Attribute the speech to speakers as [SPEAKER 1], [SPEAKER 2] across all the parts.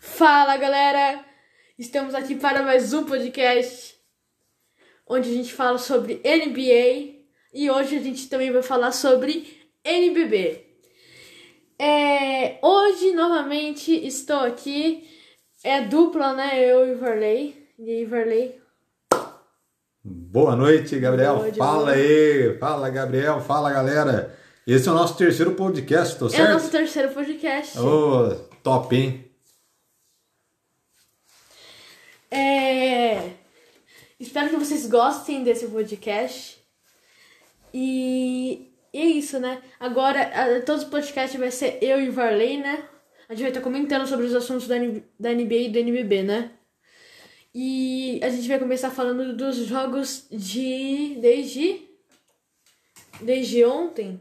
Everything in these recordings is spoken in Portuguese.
[SPEAKER 1] Fala galera! Estamos aqui para mais um podcast onde a gente fala sobre NBA e hoje a gente também vai falar sobre NBB. É, hoje novamente estou aqui, é dupla né? Eu e o Varley. E aí, Varley?
[SPEAKER 2] Boa noite, Gabriel.
[SPEAKER 1] Boa noite,
[SPEAKER 2] fala
[SPEAKER 1] boa
[SPEAKER 2] aí. Fala, Gabriel. Fala, galera. Esse é o nosso terceiro podcast, tô
[SPEAKER 1] É o
[SPEAKER 2] certo?
[SPEAKER 1] nosso terceiro podcast.
[SPEAKER 2] Ô, top, hein?
[SPEAKER 1] É, Espero que vocês gostem desse podcast. E, e é isso, né? Agora, a- todos os podcasts vai ser eu e o Varley, né? A gente vai estar comentando sobre os assuntos da, N- da NBA e do NBB, né? E a gente vai começar falando dos jogos de. desde. desde ontem.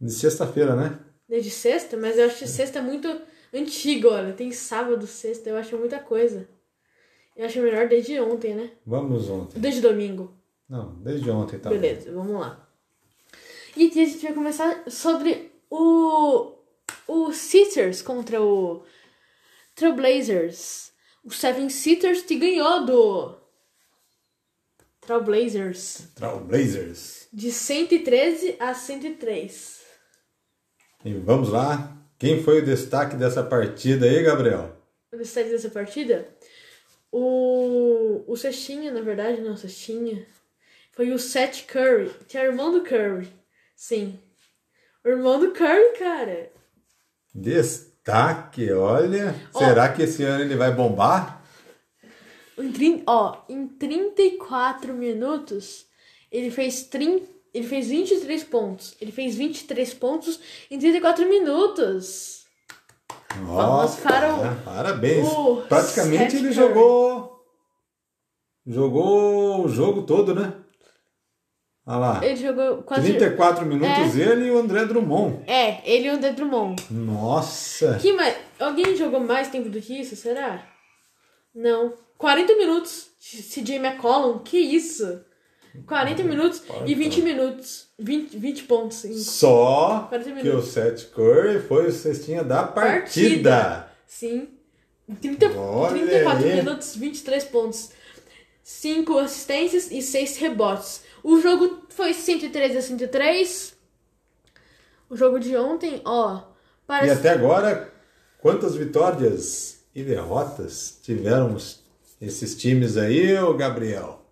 [SPEAKER 2] De sexta-feira, né?
[SPEAKER 1] Desde sexta, mas eu acho que sexta é muito antigo, olha. Tem sábado, sexta, eu acho muita coisa. Eu acho melhor desde ontem, né?
[SPEAKER 2] Vamos ontem.
[SPEAKER 1] Desde domingo.
[SPEAKER 2] Não, desde ontem, tá? bom.
[SPEAKER 1] Beleza, vamos lá. E aqui a gente vai começar sobre o. O Sixers contra o. Trailblazers. O Seven Sixers que ganhou do. Trailblazers.
[SPEAKER 2] Trailblazers.
[SPEAKER 1] De 113 a 103.
[SPEAKER 2] E vamos lá. Quem foi o destaque dessa partida aí, Gabriel?
[SPEAKER 1] O destaque dessa partida? O. O Cestinha, na verdade, não, Cestinha. Foi o Seth Curry, que é irmão do Curry. Sim. O irmão do Curry, cara.
[SPEAKER 2] Destaque, olha.
[SPEAKER 1] Ó.
[SPEAKER 2] Será que esse ano ele vai bombar?
[SPEAKER 1] Em trin- ó, em 34 minutos, ele fez, trin... ele fez 23 pontos. Ele fez 23 pontos em 34 minutos. Vamos
[SPEAKER 2] Ó,
[SPEAKER 1] para o-
[SPEAKER 2] cara, né? Parabéns.
[SPEAKER 1] o
[SPEAKER 2] Praticamente
[SPEAKER 1] Seth Curry.
[SPEAKER 2] ele jogou. Jogou o jogo todo, né? Olha lá.
[SPEAKER 1] Ele É. jogou quase.
[SPEAKER 2] 34 minutos ele e o André Drummond.
[SPEAKER 1] É, ele e o André Drummond.
[SPEAKER 2] Nossa!
[SPEAKER 1] Que mais... Alguém jogou mais tempo do que isso, será? Não. 40 minutos. CJ McCollum, que isso? 40 minutos e 20 minutos. 20, 20 pontos. em-
[SPEAKER 2] Só
[SPEAKER 1] 40
[SPEAKER 2] que o
[SPEAKER 1] minutos.
[SPEAKER 2] Seth Curry foi o cestinha da partida.
[SPEAKER 1] Sim. 30,
[SPEAKER 2] Olha
[SPEAKER 1] 34
[SPEAKER 2] aí.
[SPEAKER 1] minutos, 23 pontos. 5 assistências e 6 rebotes. O jogo foi 103 a 103. O jogo de ontem, ó.
[SPEAKER 2] E
[SPEAKER 1] Parece
[SPEAKER 2] até agora, quantas vitórias e derrotas tiveram os- esses times aí, ô Gabriel?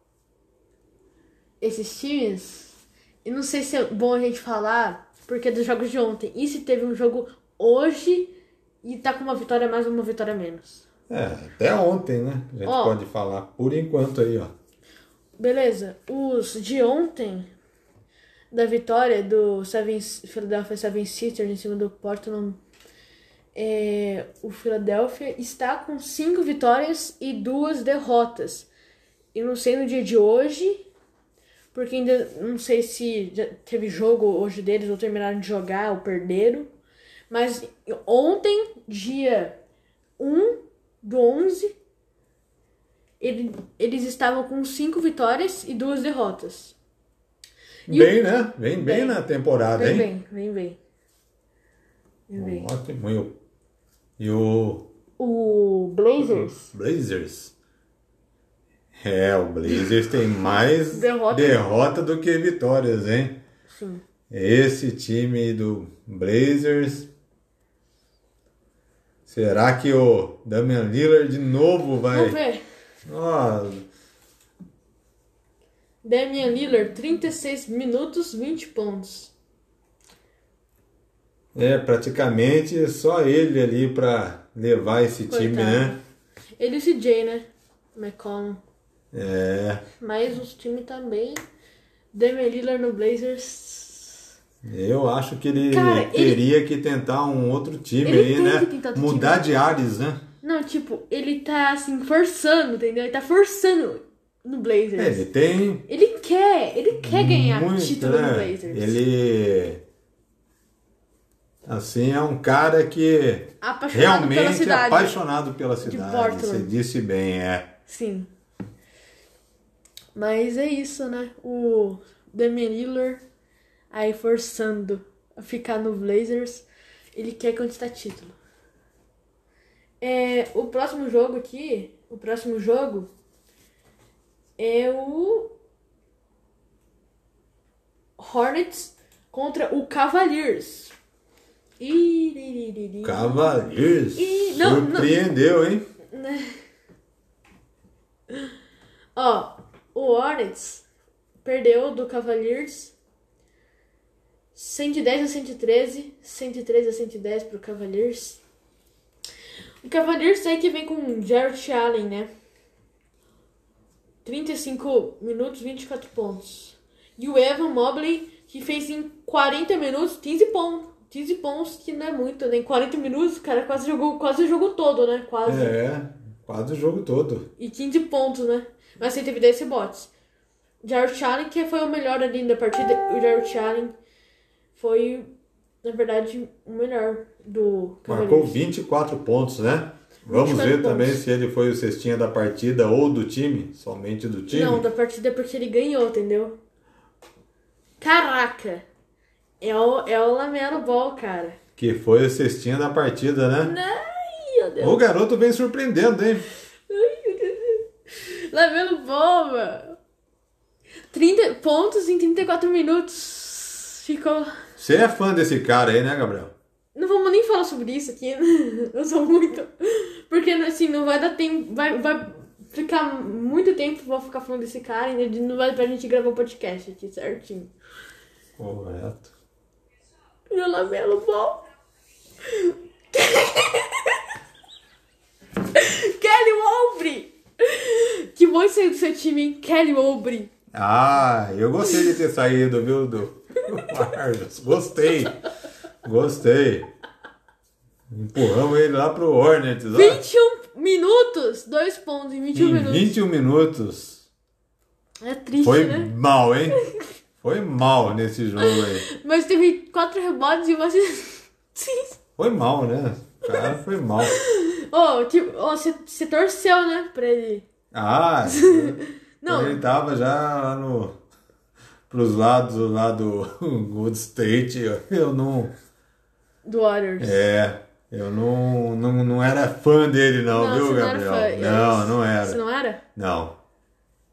[SPEAKER 1] esses times. E não sei se é bom a gente falar, porque é dos jogos de ontem. E se teve um jogo hoje e tá com uma vitória a mais ou uma vitória a menos.
[SPEAKER 2] É, até ontem, né? A gente
[SPEAKER 1] Ó.
[SPEAKER 2] pode falar por enquanto aí, ó.
[SPEAKER 1] Beleza, os de ontem, da vitória do Seven, Philadelphia Seven Sisters em cima do Portland, é, o Philadelphia está com cinco vitórias e duas derrotas. Eu não sei no dia de hoje, porque ainda não sei se já teve jogo hoje deles ou terminaram de jogar ou perderam. Mas ontem, dia 1 do 11, ele- eles estavam com cinco vitórias e duas derrotas. E
[SPEAKER 2] Bem, né? Vem bem,
[SPEAKER 1] Bem.
[SPEAKER 2] na temporada,
[SPEAKER 1] Vem
[SPEAKER 2] hein? Um
[SPEAKER 1] bem, vem bem. Vem bem.
[SPEAKER 2] Ótimo. E o- E o
[SPEAKER 1] O Blazers.
[SPEAKER 2] Blazers. É, o Blazers tem mais
[SPEAKER 1] Derrota.
[SPEAKER 2] derrota do que vitórias, hein?
[SPEAKER 1] Sim.
[SPEAKER 2] Esse time do Blazers. Será que o Damian Lillard de novo
[SPEAKER 1] Vamos
[SPEAKER 2] vai.
[SPEAKER 1] ver.
[SPEAKER 2] Ó,
[SPEAKER 1] Damian Lillard, 36 minutos, 20 pontos.
[SPEAKER 2] é praticamente só ele ali pra levar esse time, né?
[SPEAKER 1] Ele e o CJ, né? McCollum.
[SPEAKER 2] É,
[SPEAKER 1] Mas os times também. Damian Lillard no Blazers.
[SPEAKER 2] eu acho que ele
[SPEAKER 1] Cara, ele-
[SPEAKER 2] teria que tentar um outro time
[SPEAKER 1] Ele
[SPEAKER 2] aí,
[SPEAKER 1] tem que
[SPEAKER 2] né?
[SPEAKER 1] tentar outro
[SPEAKER 2] Mudar de ares, né?
[SPEAKER 1] Não, tipo, ele tá assim, forçando, entendeu? Ele tá forçando no
[SPEAKER 2] É,
[SPEAKER 1] Blazers.
[SPEAKER 2] ele tem
[SPEAKER 1] Ele quer, ele quer ganhar
[SPEAKER 2] Muito,
[SPEAKER 1] título
[SPEAKER 2] né?
[SPEAKER 1] no Blazers.
[SPEAKER 2] Ele. Assim, é um cara que
[SPEAKER 1] Apaixonado pela
[SPEAKER 2] realmente é
[SPEAKER 1] cidade.
[SPEAKER 2] apaixonado pela cidade.
[SPEAKER 1] Portland.
[SPEAKER 2] Você disse bem, é.
[SPEAKER 1] Sim. Mas é isso, né? O Damian Lillard aí forçando a ficar no Blazers. Ele quer conquistar título. É, o próximo jogo aqui, o próximo jogo é o Hornets contra o Cavaliers. Iririririr.
[SPEAKER 2] Cavaliers.
[SPEAKER 1] Ih, não, não.
[SPEAKER 2] Surpreendeu, hein?
[SPEAKER 1] Ó, o Hornets perdeu do Cavaliers 110 a 113, 113 a 110 pro Cavaliers. O Cavaliers aí que vem com Jarrett Allen, né? 35 minutos, 24 pontos. E o Evan Mobley, que fez em 40 minutos, 15 pontos. 15 pontos, que não é muito, né? Em 40 minutos, o cara quase jogou quase o jogo todo, né? Quase.
[SPEAKER 2] É, quase o jogo todo.
[SPEAKER 1] E 15 pontos, né? Mas ele teve 10 rebotes. Jared Allen, que foi o melhor ali da partida. O Jared Allen foi, na verdade, o melhor do
[SPEAKER 2] Marcou
[SPEAKER 1] Cavaliers.
[SPEAKER 2] 24 pontos, né? Vamos
[SPEAKER 1] 24
[SPEAKER 2] ver também
[SPEAKER 1] pontos.
[SPEAKER 2] se ele foi o cestinha da partida ou do time, somente do time.
[SPEAKER 1] Não, da partida é porque ele ganhou, entendeu? Caraca! É o, é o Lamelo Ball, cara.
[SPEAKER 2] Que foi o cestinha da partida, né?
[SPEAKER 1] Ai, meu Deus.
[SPEAKER 2] O garoto vem surpreendendo, hein?
[SPEAKER 1] Lamelo Ball, mano. 30 pontos em 34 minutos. Ficou...
[SPEAKER 2] Você é fã desse cara aí, né, Gabriel?
[SPEAKER 1] Não vamos nem falar sobre isso aqui. né? Eu sou muito. Porque assim, não vai dar tempo. Vai, vai ficar muito tempo. Vou ficar falando desse cara e não vai dar pra gente gravar um podcast aqui certinho.
[SPEAKER 2] Correto.
[SPEAKER 1] Meu lamelo bom. Kelly Oubre! Que bom sair do seu time, hein? Kelly Oubre.
[SPEAKER 2] Ah, eu gostei de ter saído, viu, do Marlos? Gostei. Gostei. Empurramos ele lá pro Hornets. Ó.
[SPEAKER 1] 21 minutos! 2 pontos em 21
[SPEAKER 2] Em
[SPEAKER 1] minutos.
[SPEAKER 2] 21 minutos.
[SPEAKER 1] É triste,
[SPEAKER 2] Foi
[SPEAKER 1] né?
[SPEAKER 2] mal, hein? Foi mal nesse jogo aí.
[SPEAKER 1] Mas teve 4 rebotes e uma assistência.
[SPEAKER 2] Foi mal, né? O cara foi mal.
[SPEAKER 1] Ô, que- ô, você você torceu, né, pra ele.
[SPEAKER 2] Ah,
[SPEAKER 1] Não.
[SPEAKER 2] ele tava já lá no. Pros lados lá do Gold State, eu não.
[SPEAKER 1] Do Warriors.
[SPEAKER 2] É, eu não, não, não era fã dele, não,
[SPEAKER 1] Não,
[SPEAKER 2] viu,
[SPEAKER 1] você não era
[SPEAKER 2] Gabriel?
[SPEAKER 1] fã,
[SPEAKER 2] não,
[SPEAKER 1] é.
[SPEAKER 2] não
[SPEAKER 1] Você
[SPEAKER 2] era.
[SPEAKER 1] não era?
[SPEAKER 2] Não.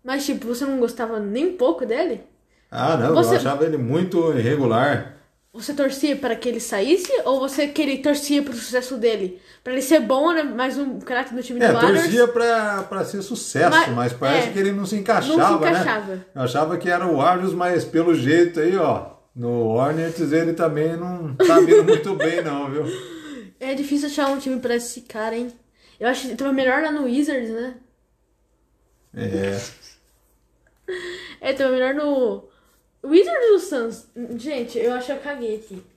[SPEAKER 1] Mas, tipo, você não gostava nem um pouco dele?
[SPEAKER 2] Ah, não,
[SPEAKER 1] Você-
[SPEAKER 2] eu achava ele muito irregular.
[SPEAKER 1] Você torcia para que ele saísse ou você queria torcia para o sucesso dele? Para ele ser bom, né? Mais um craque do time
[SPEAKER 2] É,
[SPEAKER 1] do Warriors.
[SPEAKER 2] torcia pra, pra ser sucesso,
[SPEAKER 1] Mas-
[SPEAKER 2] mas, parece
[SPEAKER 1] é.
[SPEAKER 2] que ele não se encaixava,
[SPEAKER 1] encaixava.
[SPEAKER 2] né? Eu achava que era o Warriors, mas pelo jeito aí, ó, no Hornets ele também não tá vindo muito bem, não, viu?
[SPEAKER 1] É difícil achar um time para esse cara, hein? Eu acho que ele tava melhor lá no Wizards, né?
[SPEAKER 2] É,
[SPEAKER 1] É, tava melhor no Wizards ou Suns? Gente, eu acho que eu caguei aqui.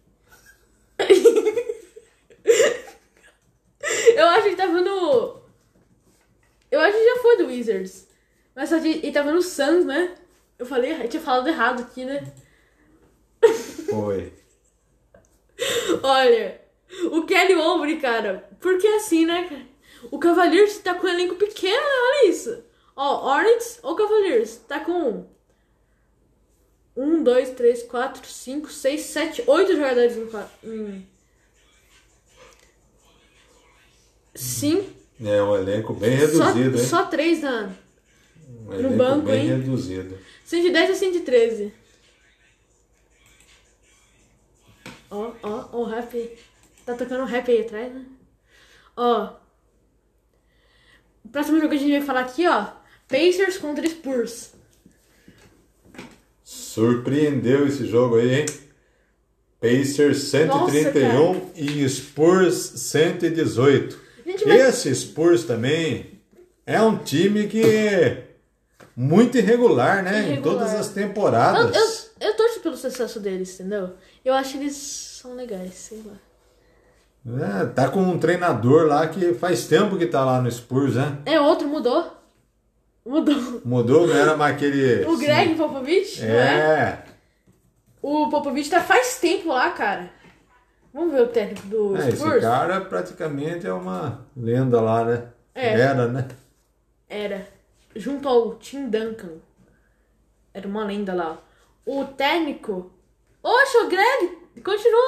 [SPEAKER 1] eu acho que tava no Eu acho que já foi do Wizards. Mas só que ele tava no Suns, né? Eu falei, eu tinha falado errado aqui, né?
[SPEAKER 2] foi.
[SPEAKER 1] Olha, o Kelly Ombre, cara, porque assim, né, cara? O Cavaliers tá com um elenco pequeno, né? olha isso. Ó, Hornets ou Cavaliers, tá com 1, 2, 3, 4, 5, 6, 7, 8 jogadores no quadro.
[SPEAKER 2] Hum.
[SPEAKER 1] 5,
[SPEAKER 2] É um elenco bem reduzido, hein?
[SPEAKER 1] só 3 na
[SPEAKER 2] um elenco
[SPEAKER 1] banco,
[SPEAKER 2] bem
[SPEAKER 1] hein?
[SPEAKER 2] reduzido.
[SPEAKER 1] 110 a 113. Ó, ó, ó, o rap. Tá tocando rap aí atrás, né? Ó. O próximo jogo que a gente vai falar aqui, ó. Pacers contra Spurs.
[SPEAKER 2] Surpreendeu esse jogo aí, hein? Pacers 131 e Spurs 118.
[SPEAKER 1] Gente, mas-
[SPEAKER 2] Esse Spurs também é um time que é muito irregular, né? Em
[SPEAKER 1] Irregular.
[SPEAKER 2] todas as
[SPEAKER 1] Eu,
[SPEAKER 2] temporadas.
[SPEAKER 1] eu, eu torço pelo sucesso deles, entendeu? Eu acho que eles são legais, sei lá.
[SPEAKER 2] É, tá com um treinador lá que faz tempo que tá lá no Spurs, né?
[SPEAKER 1] É, outro mudou. Mudou.
[SPEAKER 2] Mudou, não era mais aquele.
[SPEAKER 1] O Greg Popovich, não é?
[SPEAKER 2] É.
[SPEAKER 1] O Popovich tá faz tempo lá, cara. Vamos ver o técnico do
[SPEAKER 2] É, esse
[SPEAKER 1] Spurs?
[SPEAKER 2] cara praticamente é uma lenda lá, né?
[SPEAKER 1] É.
[SPEAKER 2] Era, né?
[SPEAKER 1] Era. Junto ao Tim Duncan. Era uma lenda lá. O técnico. Oxe, o Greg! Continua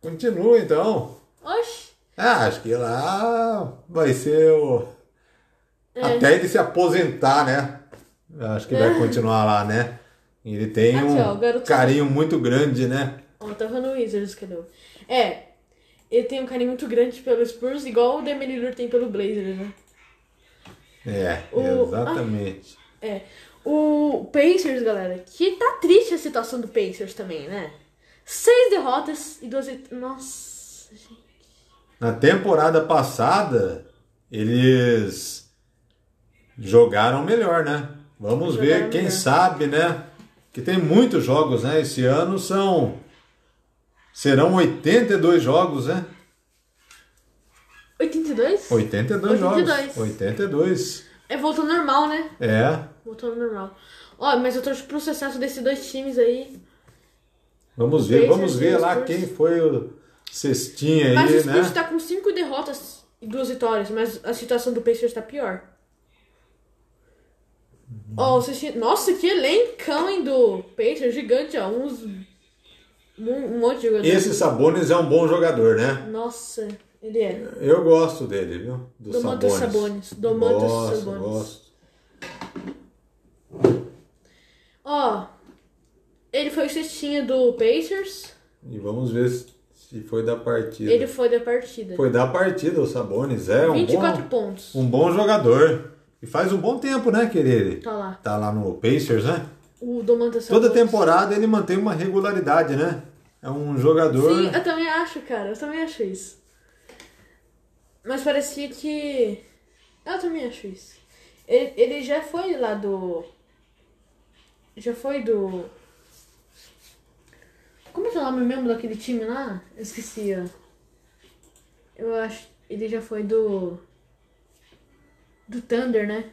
[SPEAKER 2] Continua então.
[SPEAKER 1] lá! Oxe!
[SPEAKER 2] Ah, acho que lá vai ser o.
[SPEAKER 1] É.
[SPEAKER 2] Até ele se aposentar, né? Acho que vai continuar lá, né? Ele tem
[SPEAKER 1] Aqui,
[SPEAKER 2] um
[SPEAKER 1] ó, o garoto-
[SPEAKER 2] carinho muito grande, né?
[SPEAKER 1] Ó, tava no Wizards, cadê? eu? É, ele tem um carinho muito grande pelo Spurs, igual o Demolidor tem pelo Blazers, né?
[SPEAKER 2] É,
[SPEAKER 1] O-
[SPEAKER 2] exatamente.
[SPEAKER 1] É. O Pacers, galera, que tá triste a situação do Pacers também, né? Seis derrotas e 12. Nossa, gente.
[SPEAKER 2] Na temporada passada, eles jogaram melhor, né? Vamos
[SPEAKER 1] Jogaram
[SPEAKER 2] ver, quem
[SPEAKER 1] melhor.
[SPEAKER 2] sabe, né? Que tem muitos jogos, né? Esse ano são. Serão 82 jogos, né?
[SPEAKER 1] 82?
[SPEAKER 2] 82 jogos.
[SPEAKER 1] 82.
[SPEAKER 2] 82.
[SPEAKER 1] É, voltou ao normal, né?
[SPEAKER 2] É.
[SPEAKER 1] Voltou ao normal. Ó, mas eu torço pro sucesso desses dois times aí.
[SPEAKER 2] Vamos ver,
[SPEAKER 1] Pacers
[SPEAKER 2] vamos ver
[SPEAKER 1] e
[SPEAKER 2] lá
[SPEAKER 1] Spurs.
[SPEAKER 2] quem foi o cestinha aí,
[SPEAKER 1] Mas o Spurs
[SPEAKER 2] né?
[SPEAKER 1] tá com cinco derrotas e duas vitórias, mas a situação do Pacers tá pior.
[SPEAKER 2] Uhum.
[SPEAKER 1] Ó, vocês tinham- Nossa, que elencão, hein, do Pacers. Gigante, ó. Uns... Um, um monte de jogador.
[SPEAKER 2] Esse Sabonis é um bom jogador, né?
[SPEAKER 1] Nossa, ele é.
[SPEAKER 2] Eu gosto dele, viu? Do
[SPEAKER 1] Domantas
[SPEAKER 2] Sabonis.
[SPEAKER 1] Sabonis. Domantas
[SPEAKER 2] gosto,
[SPEAKER 1] Sabonis.
[SPEAKER 2] Gosto.
[SPEAKER 1] Ó, ele foi o cestinha do Pacers,
[SPEAKER 2] E vamos ver se- se foi da partida.
[SPEAKER 1] ele foi da partida.
[SPEAKER 2] Foi da partida o Sabonis, é um
[SPEAKER 1] 24
[SPEAKER 2] bom,
[SPEAKER 1] pontos.
[SPEAKER 2] um bom jogador. E faz um bom tempo, né, que ele
[SPEAKER 1] Tá lá.
[SPEAKER 2] tá lá no Pacers, né?
[SPEAKER 1] O Domantas
[SPEAKER 2] Toda
[SPEAKER 1] Sabonis.
[SPEAKER 2] temporada ele mantém uma regularidade, né? É um jogador
[SPEAKER 1] Sim, eu também acho, cara. Eu também acho isso. Mas parecia que. Eu também acho isso. Ele, ele já foi lá do. Já foi do. Como é que é o nome mesmo daquele time lá? Eu esqueci, ó. Eu acho. Ele já foi do. Do Thunder, né?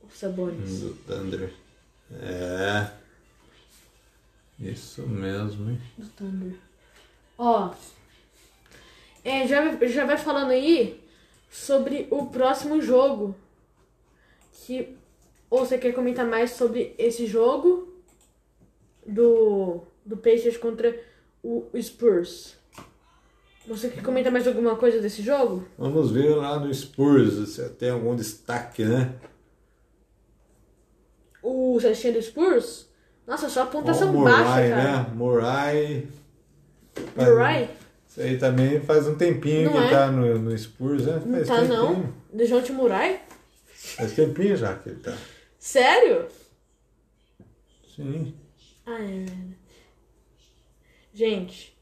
[SPEAKER 1] O Sabonis.
[SPEAKER 2] do Thunder. É. Isso mesmo, hein?
[SPEAKER 1] Do Thunder. Ó. É, já, já vai falando aí sobre o próximo jogo. Que. Ou você quer comentar mais sobre esse jogo do. Do Pacers contra o Spurs? Você quer comentar mais alguma coisa desse jogo?
[SPEAKER 2] Vamos ver lá no Spurs se tem algum destaque, né?
[SPEAKER 1] O Cestinha do Spurs? Nossa, só
[SPEAKER 2] Ó,
[SPEAKER 1] pontuação
[SPEAKER 2] o
[SPEAKER 1] baixa,
[SPEAKER 2] Morai,
[SPEAKER 1] cara.
[SPEAKER 2] né? Morai. Faz-
[SPEAKER 1] Murray?
[SPEAKER 2] Isso aí também faz um tempinho
[SPEAKER 1] Não
[SPEAKER 2] que
[SPEAKER 1] é?
[SPEAKER 2] tá no, no Spurs, né?
[SPEAKER 1] Não
[SPEAKER 2] Faz
[SPEAKER 1] tá
[SPEAKER 2] tempinho.
[SPEAKER 1] não. Dejounte Murray?
[SPEAKER 2] Faz tempinho já que ele tá.
[SPEAKER 1] Sério?
[SPEAKER 2] Sim.
[SPEAKER 1] Ah, é verdade. Gente.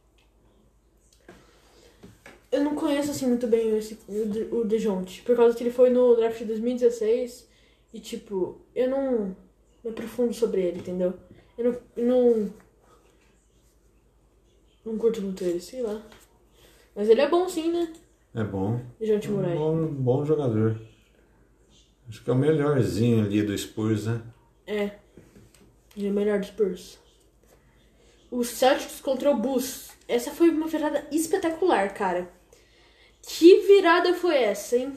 [SPEAKER 1] Eu não conheço assim muito bem esse, o, De- o Dejounte. Por causa que ele foi no draft de 2016. E tipo, eu não me aprofundo sobre ele, entendeu? Eu não. eu não, não curto muito ele, sei lá. Mas ele é bom sim, né?
[SPEAKER 2] É bom.
[SPEAKER 1] Dejounte
[SPEAKER 2] Um
[SPEAKER 1] Murray.
[SPEAKER 2] bom, bom jogador. Acho que é o melhorzinho ali do Spurs, né?
[SPEAKER 1] É. Ele é o melhor dos Spurs. O Celtics contra o Bulls. Essa foi uma virada espetacular, cara. Que virada foi essa, hein?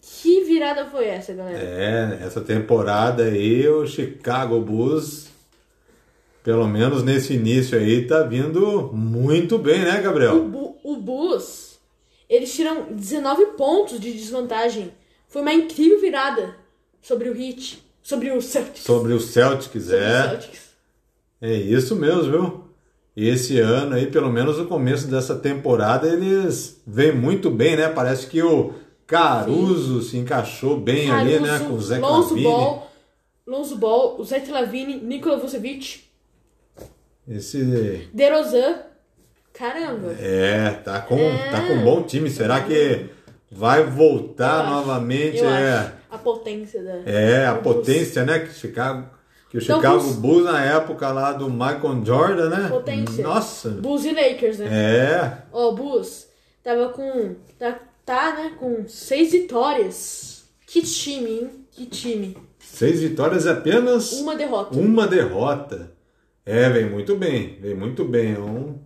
[SPEAKER 1] Que virada foi essa, galera?
[SPEAKER 2] É, essa temporada aí, o Chicago Bulls, pelo menos nesse início aí, tá vindo muito bem, né,
[SPEAKER 1] O,
[SPEAKER 2] Gabriel?
[SPEAKER 1] Bu o Bulls, eles tiram 19 pontos de desvantagem. Foi uma incrível virada sobre o Heat, sobre o Celtics.
[SPEAKER 2] Sobre o Celtics,
[SPEAKER 1] Sobre o
[SPEAKER 2] é.
[SPEAKER 1] Celtics.
[SPEAKER 2] É isso mesmo, viu? Esse ano aí, pelo menos o começo dessa temporada, eles vêm muito bem, né? Parece que o Caruso se encaixou bem ali, né? Com o Zé
[SPEAKER 1] Lonzo
[SPEAKER 2] Clavini.
[SPEAKER 1] Ball, Lonzo Ball, o Zé Lavine, Nikola Vucevic,
[SPEAKER 2] Esse
[SPEAKER 1] Derozan. Caramba.
[SPEAKER 2] É, tá com, tá com um bom time. Será que vai
[SPEAKER 1] Eu
[SPEAKER 2] voltar
[SPEAKER 1] acho,
[SPEAKER 2] novamente?
[SPEAKER 1] eu
[SPEAKER 2] é,
[SPEAKER 1] acho a potência da.
[SPEAKER 2] é a
[SPEAKER 1] do Bulls.
[SPEAKER 2] potência, né? Que Chicago, que o
[SPEAKER 1] Então,
[SPEAKER 2] Chicago
[SPEAKER 1] Bulls-
[SPEAKER 2] Bulls na época lá do Michael Jordan, né?
[SPEAKER 1] Potência.
[SPEAKER 2] Nossa.
[SPEAKER 1] Bulls e Lakers, né?
[SPEAKER 2] É,
[SPEAKER 1] Ó, o Bulls tava com. Tá, tá, né? Com seis vitórias. Que time, hein? Que time.
[SPEAKER 2] seis vitórias e apenas uma,
[SPEAKER 1] Uma derrota.
[SPEAKER 2] derrota. É, vem muito bem, vem muito bem. É Um,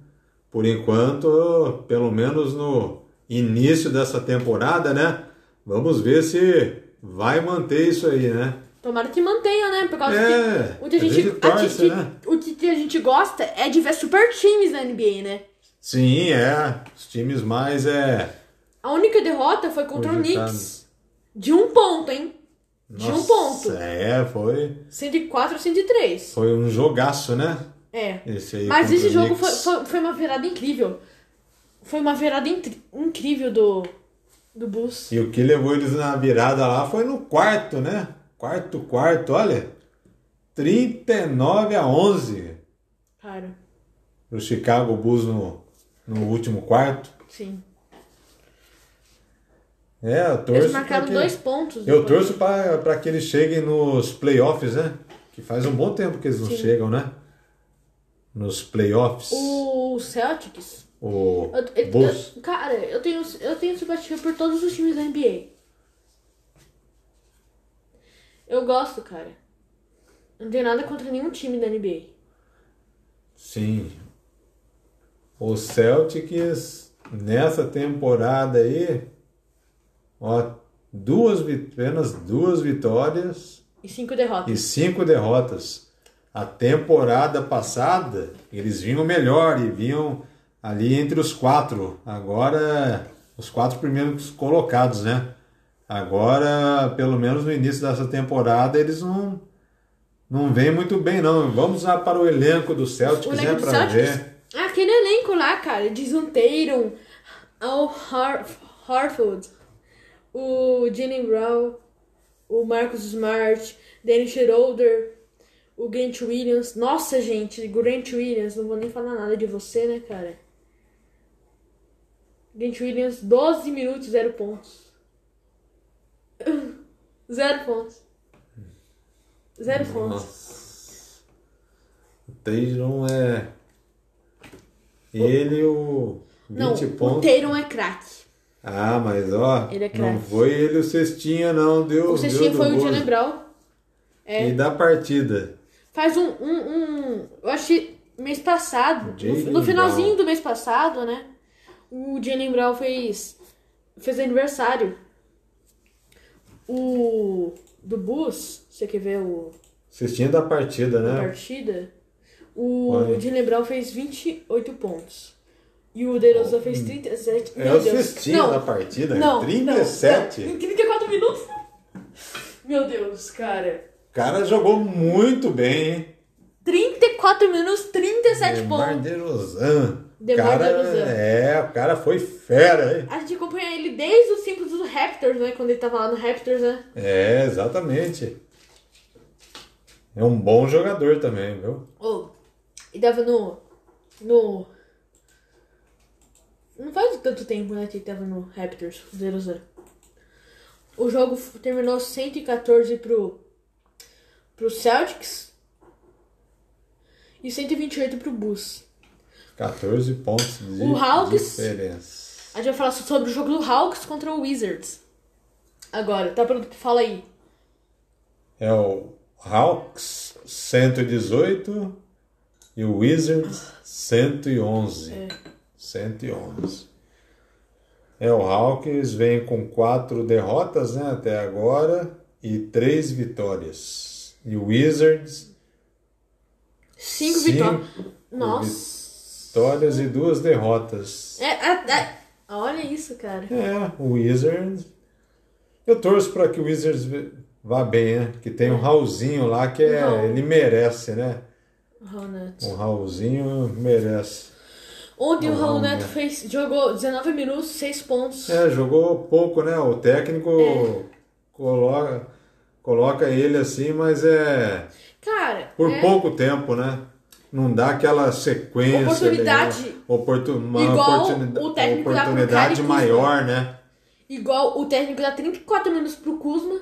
[SPEAKER 2] por enquanto, pelo menos no início dessa temporada, né? Vamos ver se vai manter isso aí, né?
[SPEAKER 1] Tomara que mantenha, né? Por causa
[SPEAKER 2] É,
[SPEAKER 1] que. Muita
[SPEAKER 2] a
[SPEAKER 1] gente.
[SPEAKER 2] gente torce,
[SPEAKER 1] a gente-
[SPEAKER 2] né?
[SPEAKER 1] O que a gente gosta é de ver super times na NBA, né?
[SPEAKER 2] Sim, é. Os times mais é.
[SPEAKER 1] A única derrota foi contra o
[SPEAKER 2] Cogitado.
[SPEAKER 1] Knicks. De um ponto, hein? De um ponto.
[SPEAKER 2] É, foi,
[SPEAKER 1] 104 a 103.
[SPEAKER 2] foi um jogaço, né?
[SPEAKER 1] É.
[SPEAKER 2] Esse aí
[SPEAKER 1] Mas
[SPEAKER 2] contra
[SPEAKER 1] esse
[SPEAKER 2] o
[SPEAKER 1] jogo foi,
[SPEAKER 2] Knicks.
[SPEAKER 1] foi, foi uma virada incrível. Foi uma virada intri- incrível do, do Bulls.
[SPEAKER 2] E o que levou eles na virada lá foi no quarto, né? Quarto, quarto, olha. 39 a 11
[SPEAKER 1] Cara,
[SPEAKER 2] pro Chicago Bulls no, no último quarto.
[SPEAKER 1] sim.
[SPEAKER 2] É, eu torço.
[SPEAKER 1] Eles
[SPEAKER 2] pra
[SPEAKER 1] marcaram
[SPEAKER 2] que-
[SPEAKER 1] dois pontos.
[SPEAKER 2] Eu
[SPEAKER 1] depois.
[SPEAKER 2] torço pra pra que eles cheguem nos playoffs, né? Que faz um bom tempo que eles não
[SPEAKER 1] Sim.
[SPEAKER 2] chegam, né? Nos playoffs. O,
[SPEAKER 1] O Celtics. Eu- eu-
[SPEAKER 2] Bulls.
[SPEAKER 1] eu- cara, eu tenho, eu tenho simpatia por todos os times da NBA. Eu gosto, cara. Não tenho nada contra nenhum time da NBA.
[SPEAKER 2] Sim. O Celtics nessa temporada aí, ó, duas vi- apenas duas vitórias
[SPEAKER 1] E cinco derrotas.
[SPEAKER 2] e cinco derrotas. A temporada passada eles vinham melhor e vinham ali entre os quatro. Agora os quatro primeiros colocados, né? Agora, pelo menos no início dessa temporada, eles não não vêm muito bem não. Vamos lá para o elenco do Celtics, né,
[SPEAKER 1] elenco do
[SPEAKER 2] para
[SPEAKER 1] Celtics?
[SPEAKER 2] ver.
[SPEAKER 1] Ah, Aquele elenco lá, cara, desanteiram ao Har Harford, o Jalen Brown, o Marcus Smart, Dennis Schroeder, o Grant Williams. Nossa, gente, Grant Williams, não vou nem falar nada de você, né, cara? Grant Williams, 12 minutos, 0 pontos. 0 pontos. 0 pontos.
[SPEAKER 2] Nossa. O Tatum é ele e o 20
[SPEAKER 1] Não,
[SPEAKER 2] pontos.
[SPEAKER 1] o Teiron é craque.
[SPEAKER 2] Ah, mas ó,
[SPEAKER 1] Ele é craque.
[SPEAKER 2] não foi ele o cestinha, não, deu
[SPEAKER 1] O cestinho
[SPEAKER 2] deu do
[SPEAKER 1] foi o
[SPEAKER 2] gol.
[SPEAKER 1] Jalen Brown. É.
[SPEAKER 2] E da partida.
[SPEAKER 1] Faz um, um, um- Eu acho que mês passado.
[SPEAKER 2] Jaylen
[SPEAKER 1] No, no finalzinho
[SPEAKER 2] Brown.
[SPEAKER 1] do mês passado, né? O Jalen Brown fez. Fez aniversário. O. Do Bus, você quer ver o,
[SPEAKER 2] Cestinha da partida,
[SPEAKER 1] a
[SPEAKER 2] né?
[SPEAKER 1] partida? O
[SPEAKER 2] Olha.
[SPEAKER 1] Jalen Brown fez 28 pontos. E o DeRozan fez 37.
[SPEAKER 2] É
[SPEAKER 1] Meu
[SPEAKER 2] o
[SPEAKER 1] Deus.
[SPEAKER 2] cestinha
[SPEAKER 1] Não,
[SPEAKER 2] da partida, é
[SPEAKER 1] não, não,
[SPEAKER 2] 37.
[SPEAKER 1] não. Em 34 minutos? Meu Deus, cara.
[SPEAKER 2] O cara jogou muito bem, hein?
[SPEAKER 1] 34 minutos, 37
[SPEAKER 2] Demar
[SPEAKER 1] pontos.
[SPEAKER 2] DeRozan. O
[SPEAKER 1] Demar
[SPEAKER 2] cara,
[SPEAKER 1] DeRozan.
[SPEAKER 2] é, o cara foi fera, hein?
[SPEAKER 1] A gente acompanha ele desde os tempos do Raptors, né? Quando ele tava lá no Raptors, né?
[SPEAKER 2] É, exatamente. É um bom jogador também, viu?
[SPEAKER 1] Oh. E tava no. No. Não faz tanto tempo, né? Que ele tava no Raptors, 0x0. O jogo f- terminou 114 pro. pro Celtics. E 128 pro Bulls.
[SPEAKER 2] 14 pontos de
[SPEAKER 1] O Hawks-
[SPEAKER 2] diferença.
[SPEAKER 1] A gente vai falar sobre o jogo do Hawks contra o Wizards. Agora, tá pronto? Fala aí.
[SPEAKER 2] É o Hawks 118 e o Wizards 111.
[SPEAKER 1] É.
[SPEAKER 2] 111. É, o Hawks vem com quatro derrotas né, até agora e três vitórias. E o Wizards,
[SPEAKER 1] Cinco
[SPEAKER 2] Cinco
[SPEAKER 1] vitórias. Nossa.
[SPEAKER 2] vitórias e duas derrotas.
[SPEAKER 1] É, é, é. Olha isso, cara.
[SPEAKER 2] É, o Wizards. Eu torço para que o Wizards vá bem, né? Que tem um Raulzinho lá que é,
[SPEAKER 1] Não.
[SPEAKER 2] ele merece, né?
[SPEAKER 1] Ronald.
[SPEAKER 2] O Um Raulzinho merece.
[SPEAKER 1] Ontem o Raul
[SPEAKER 2] É. Não,
[SPEAKER 1] Neto
[SPEAKER 2] né?
[SPEAKER 1] fez, jogou 19 minutos, 6 pontos.
[SPEAKER 2] É, jogou pouco, né? O técnico
[SPEAKER 1] É.
[SPEAKER 2] coloca, coloca ele assim, mas é
[SPEAKER 1] Cara,
[SPEAKER 2] por
[SPEAKER 1] é,
[SPEAKER 2] pouco tempo, né? Não dá aquela sequência.
[SPEAKER 1] Oportunidade.
[SPEAKER 2] legal. Oportu- uma
[SPEAKER 1] Igual
[SPEAKER 2] oportunida-
[SPEAKER 1] o técnico dá pro
[SPEAKER 2] oportunidade
[SPEAKER 1] cara e
[SPEAKER 2] maior, né?
[SPEAKER 1] igual o técnico dá 34 minutos pro Kuzma.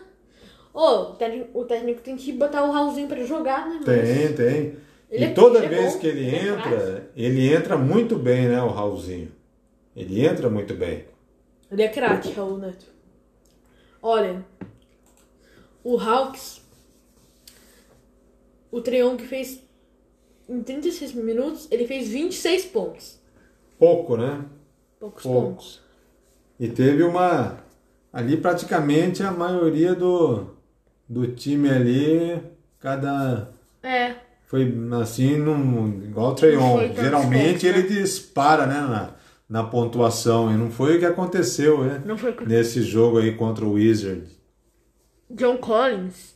[SPEAKER 1] Ô, o, técnico, o técnico tem que botar o Raulzinho pra jogar, né? mas-
[SPEAKER 2] Tem, tem.
[SPEAKER 1] Ele
[SPEAKER 2] e
[SPEAKER 1] é-
[SPEAKER 2] toda
[SPEAKER 1] ele é
[SPEAKER 2] vez
[SPEAKER 1] bom,
[SPEAKER 2] que ele
[SPEAKER 1] ele é craque.
[SPEAKER 2] entra, ele entra muito bem, né? O Raulzinho. Ele entra muito bem.
[SPEAKER 1] Ele é craque, Raul Neto. Olha, o Hawks, o Treon que fez em 36 minutos, ele fez 26 pontos.
[SPEAKER 2] Pouco, né?
[SPEAKER 1] Poucos
[SPEAKER 2] Poucos.
[SPEAKER 1] pontos.
[SPEAKER 2] E teve uma. Ali praticamente a maioria do, do time ali, cada
[SPEAKER 1] É,
[SPEAKER 2] foi assim, num, igual o Treyon.
[SPEAKER 1] Foi tantos pontos,
[SPEAKER 2] Geralmente
[SPEAKER 1] né?
[SPEAKER 2] ele dispara né, na, na pontuação. E não foi o que aconteceu né,
[SPEAKER 1] Não foi com
[SPEAKER 2] nesse jogo aí contra o Wizard.
[SPEAKER 1] John Collins.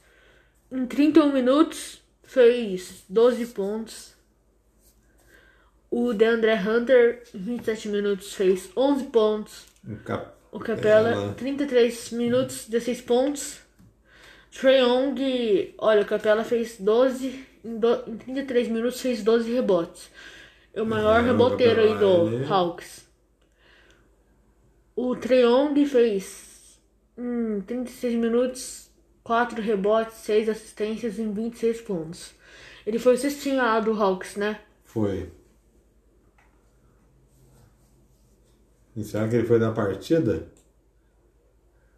[SPEAKER 1] Em 31 minutos, fez 12 pontos. O DeAndre Hunter, em 27 minutos, fez 11 pontos.
[SPEAKER 2] O Cap-
[SPEAKER 1] O Capela,
[SPEAKER 2] Capela.
[SPEAKER 1] 33 minutos, 16 pontos. Trae Young, olha, o Capela fez 12, em, do, em 33 minutos fez 12 rebotes. É o maior
[SPEAKER 2] É, o
[SPEAKER 1] reboteiro aí do
[SPEAKER 2] Capela, é. ele-
[SPEAKER 1] Hawks. O Trae Young fez em 36 minutos 4 rebotes, 6 assistências em 26 pontos. Ele foi o cestinho lá do Hawks, né?
[SPEAKER 2] Foi. E será que ele foi da partida?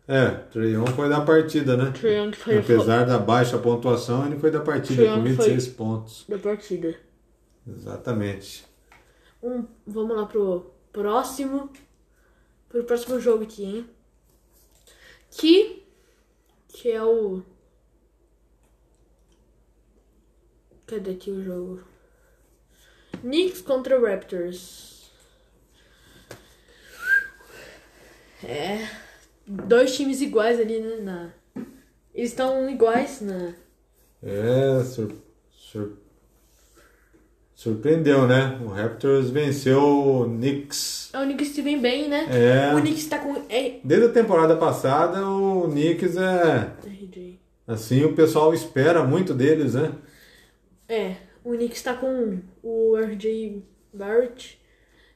[SPEAKER 2] É, Treion foi da partida, né?
[SPEAKER 1] Trae Young foi
[SPEAKER 2] Apesar da baixa pontuação, ele foi da partida
[SPEAKER 1] Trae
[SPEAKER 2] com
[SPEAKER 1] Young
[SPEAKER 2] 26 pontos.
[SPEAKER 1] da partida.
[SPEAKER 2] Exatamente.
[SPEAKER 1] Um, vamos lá pro próximo. Pro próximo jogo aqui, hein? Que. Que é o. Cadê aqui o jogo? Knicks contra Raptors. É. Dois times iguais ali, né? Na... Eles estão iguais né? na.
[SPEAKER 2] É, sur- sur- surpreendeu, né? O Raptors venceu o Knicks.
[SPEAKER 1] É o Knicks se vem bem, né?
[SPEAKER 2] É.
[SPEAKER 1] O Knicks tá com. É.
[SPEAKER 2] Desde a temporada passada, o Knicks é.
[SPEAKER 1] RJ.
[SPEAKER 2] Assim, o pessoal espera muito deles, né?
[SPEAKER 1] É, o Knicks tá com o RJ Barrett,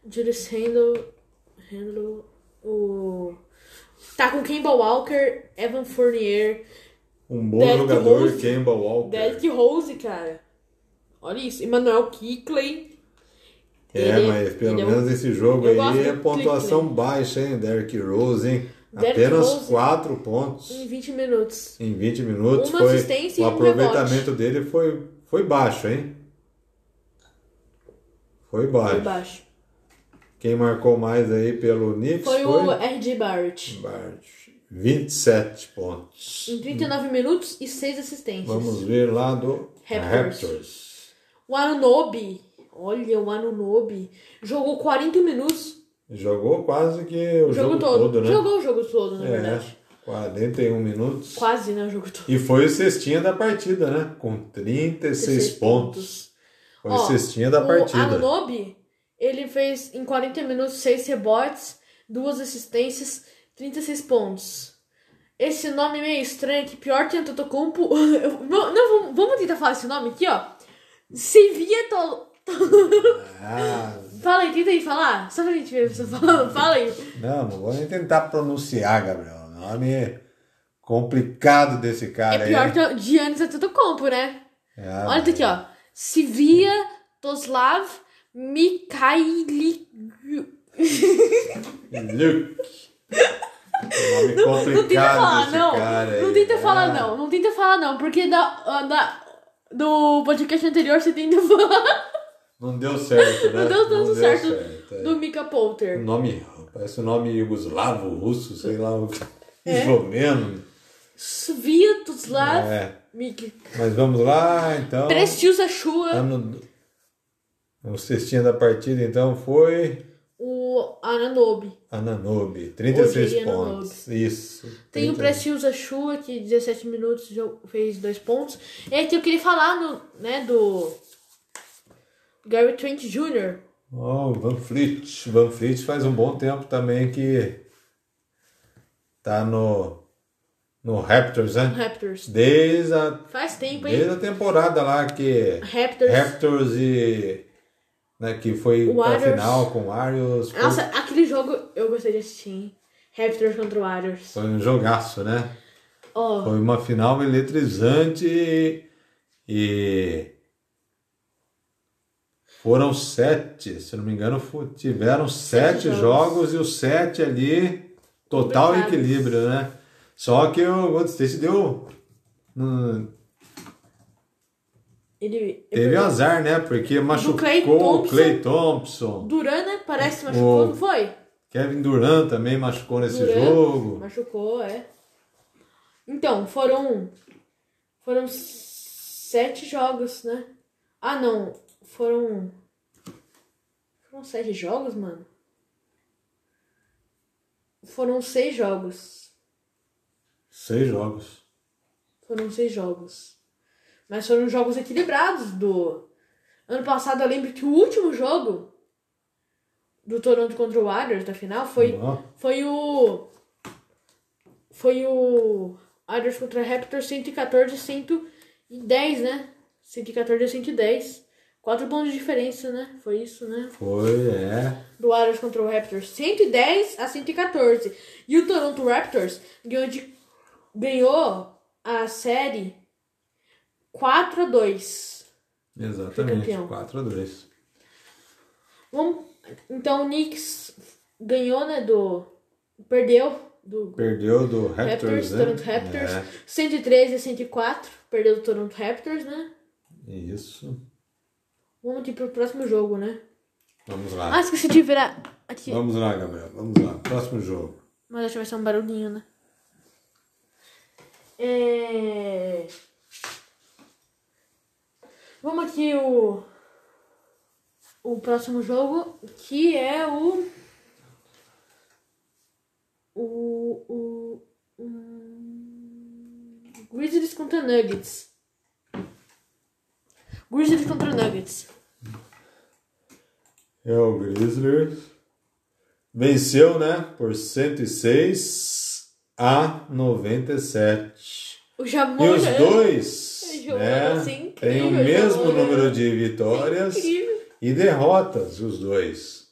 [SPEAKER 1] Julius Randle, Randle o... Tá com Kemba Walker, Evan Fournier,
[SPEAKER 2] Um bom
[SPEAKER 1] Derrick
[SPEAKER 2] jogador,
[SPEAKER 1] Rose.
[SPEAKER 2] Kemba Walker.
[SPEAKER 1] Derrick Rose, cara. Olha isso, Emmanuel Kickley.
[SPEAKER 2] É,
[SPEAKER 1] Ele-
[SPEAKER 2] mas pelo
[SPEAKER 1] ele é um-
[SPEAKER 2] menos esse jogo
[SPEAKER 1] Eu gosto
[SPEAKER 2] aí é
[SPEAKER 1] do
[SPEAKER 2] pontuação baixa, hein? Derrick Rose, hein?
[SPEAKER 1] Derrick
[SPEAKER 2] Apenas
[SPEAKER 1] Rose.
[SPEAKER 2] 4 pontos
[SPEAKER 1] Em 20 minutos.
[SPEAKER 2] em 20 minutos.
[SPEAKER 1] Uma
[SPEAKER 2] foi,
[SPEAKER 1] assistência
[SPEAKER 2] o
[SPEAKER 1] e um
[SPEAKER 2] aproveitamento dele foi, foi baixo, hein? Foi baixo.
[SPEAKER 1] Foi baixo.
[SPEAKER 2] Quem marcou mais aí pelo Knicks
[SPEAKER 1] Foi
[SPEAKER 2] foi,
[SPEAKER 1] o RJ Barrett.
[SPEAKER 2] Bart. 27 pontos.
[SPEAKER 1] Em 39 minutos e 6 assistências.
[SPEAKER 2] Vamos ver lá do
[SPEAKER 1] Raptors.
[SPEAKER 2] Raptors.
[SPEAKER 1] O Anunobi, olha o Anunobi, jogou 40 minutos
[SPEAKER 2] Jogou quase que o
[SPEAKER 1] O jogo,
[SPEAKER 2] jogo,
[SPEAKER 1] todo.
[SPEAKER 2] né?
[SPEAKER 1] Jogou né? o jogo todo, na verdade.
[SPEAKER 2] É, 41 minutos.
[SPEAKER 1] Quase, né? O jogo todo.
[SPEAKER 2] E foi o cestinha da partida, né? Com 36
[SPEAKER 1] 36
[SPEAKER 2] pontos. Foi o
[SPEAKER 1] Ó,
[SPEAKER 2] cestinha da
[SPEAKER 1] O
[SPEAKER 2] partida.
[SPEAKER 1] Anunobi, ele fez em 40 minutos 6 rebotes, duas assistências, 36 pontos. Esse nome meio estranho aqui, pior que Antetokounmpo. Eu- Não, não, vamos- vamos tentar falar esse nome aqui, ó. Sivieto...
[SPEAKER 2] Ah,
[SPEAKER 1] Fala aí, tenta aí falar. Só pra gente ver você falando. Fala aí.
[SPEAKER 2] não, não vou nem tentar pronunciar, Gabriel. O nome é complicado desse cara
[SPEAKER 1] É pior
[SPEAKER 2] aí.
[SPEAKER 1] que o Giannis Antetokounmpo, né?
[SPEAKER 2] É,
[SPEAKER 1] Olha isso aqui, ó. Sivia Toslav Mikhaili.
[SPEAKER 2] Luke. Nome complicado
[SPEAKER 1] Não tenta falar,
[SPEAKER 2] desse
[SPEAKER 1] não.
[SPEAKER 2] cara aí.
[SPEAKER 1] Não tenta falar,
[SPEAKER 2] Ah,
[SPEAKER 1] não. Não tenta falar, não. Porque da, ah, da, do podcast anterior você tenta falar
[SPEAKER 2] Não deu certo, né?
[SPEAKER 1] Não deu tanto certo
[SPEAKER 2] é.
[SPEAKER 1] do Mika
[SPEAKER 2] O
[SPEAKER 1] Polter.
[SPEAKER 2] nome, parece o nome iugoslavo, russo, sei lá, o que.
[SPEAKER 1] É.
[SPEAKER 2] Esloveno.
[SPEAKER 1] Sivia Toslav
[SPEAKER 2] É.
[SPEAKER 1] Mik.
[SPEAKER 2] Mas vamos lá, então.
[SPEAKER 1] Prestiusa Shua.
[SPEAKER 2] Ano... O cestinha da partida, então, foi
[SPEAKER 1] O Ananobi.
[SPEAKER 2] Ananobi. 36
[SPEAKER 1] Odiei
[SPEAKER 2] pontos. Isso.
[SPEAKER 1] Tem um o
[SPEAKER 2] 30.
[SPEAKER 1] Prestiusa Shua, que 17 minutos jo- fez dois pontos. E aqui eu queria falar no, né, do Gary Trent Jr.,
[SPEAKER 2] Ó, o Van Fleet. Van Fleet faz um bom tempo também que tá no, no Raptors, né?
[SPEAKER 1] Raptors.
[SPEAKER 2] Desde a,
[SPEAKER 1] Faz tempo, hein?
[SPEAKER 2] desde a temporada lá que
[SPEAKER 1] Raptors.
[SPEAKER 2] Raptors e... Né, que foi pra
[SPEAKER 1] Warriors.
[SPEAKER 2] final com o Warriors. Foi,
[SPEAKER 1] Nossa, aquele jogo eu gostei de assistir, hein? Raptors contra o Warriors.
[SPEAKER 2] foi um jogaço, né?
[SPEAKER 1] Ó,
[SPEAKER 2] Foi uma final eletrizante e- e foram sete, se não me engano, fo- tiveram sete,
[SPEAKER 1] jogos.
[SPEAKER 2] jogos. e os sete ali, total
[SPEAKER 1] Complicados.
[SPEAKER 2] equilíbrio, né? Só que o Golden State deu. hum,
[SPEAKER 1] ele. é
[SPEAKER 2] teve
[SPEAKER 1] eu-
[SPEAKER 2] azar, né? Porque machucou
[SPEAKER 1] Klay
[SPEAKER 2] o
[SPEAKER 1] Thompson.
[SPEAKER 2] Clay Thompson.
[SPEAKER 1] Duran, né? Parece que machucou,
[SPEAKER 2] O-
[SPEAKER 1] não foi?
[SPEAKER 2] Kevin Durant também machucou nesse
[SPEAKER 1] Duran
[SPEAKER 2] jogo.
[SPEAKER 1] Machucou, é. Então, foram. Foram sete jogos, né? Ah, não. Foram. Foram sete jogos, mano? Foram seis jogos.
[SPEAKER 2] Seis jogos.
[SPEAKER 1] Foram seis jogos. Mas foram jogos equilibrados do. Ano passado eu lembro que o último jogo do Toronto contra o Warriors da final foi,
[SPEAKER 2] Ó,
[SPEAKER 1] foi o. Foi o. Warriors contra Raptors 114 110, né? 114 a 110. Quatro pontos de diferença, né? Foi isso, né?
[SPEAKER 2] Foi, é.
[SPEAKER 1] do Warriors contra o Raptors 110 a 114. E o Toronto Raptors ganhou, de- ganhou a série 4 a 2.
[SPEAKER 2] Exatamente.
[SPEAKER 1] campeão.
[SPEAKER 2] 4x2.
[SPEAKER 1] Vamos, então o Knicks ganhou, né, do perdeu do
[SPEAKER 2] Perdeu do
[SPEAKER 1] Raptors,
[SPEAKER 2] Raptors, né?
[SPEAKER 1] Toronto Raptors, 113 a 104, perdeu do Toronto Raptors, né?
[SPEAKER 2] É, isso.
[SPEAKER 1] Vamos aqui pro próximo jogo, né?
[SPEAKER 2] Vamos lá.
[SPEAKER 1] Ah, esqueci de virar aqui.
[SPEAKER 2] Vamos lá, Gabriel. Vamos lá. Próximo jogo.
[SPEAKER 1] Mas acho que vai ser um barulhinho, né? É... Vamos aqui o... O próximo jogo, que é o... O... o... hum, Grizzlies contra Nuggets. Grizzlies contra Nuggets.
[SPEAKER 2] É o Grizzlies. Venceu, né? Por 106 a 97.
[SPEAKER 1] O
[SPEAKER 2] E
[SPEAKER 1] Jamon...
[SPEAKER 2] os dois
[SPEAKER 1] Jogando
[SPEAKER 2] né,
[SPEAKER 1] assim, incrível,
[SPEAKER 2] têm o mesmo
[SPEAKER 1] jogando.
[SPEAKER 2] número de vitórias
[SPEAKER 1] é Incrível.
[SPEAKER 2] e derrotas, os dois.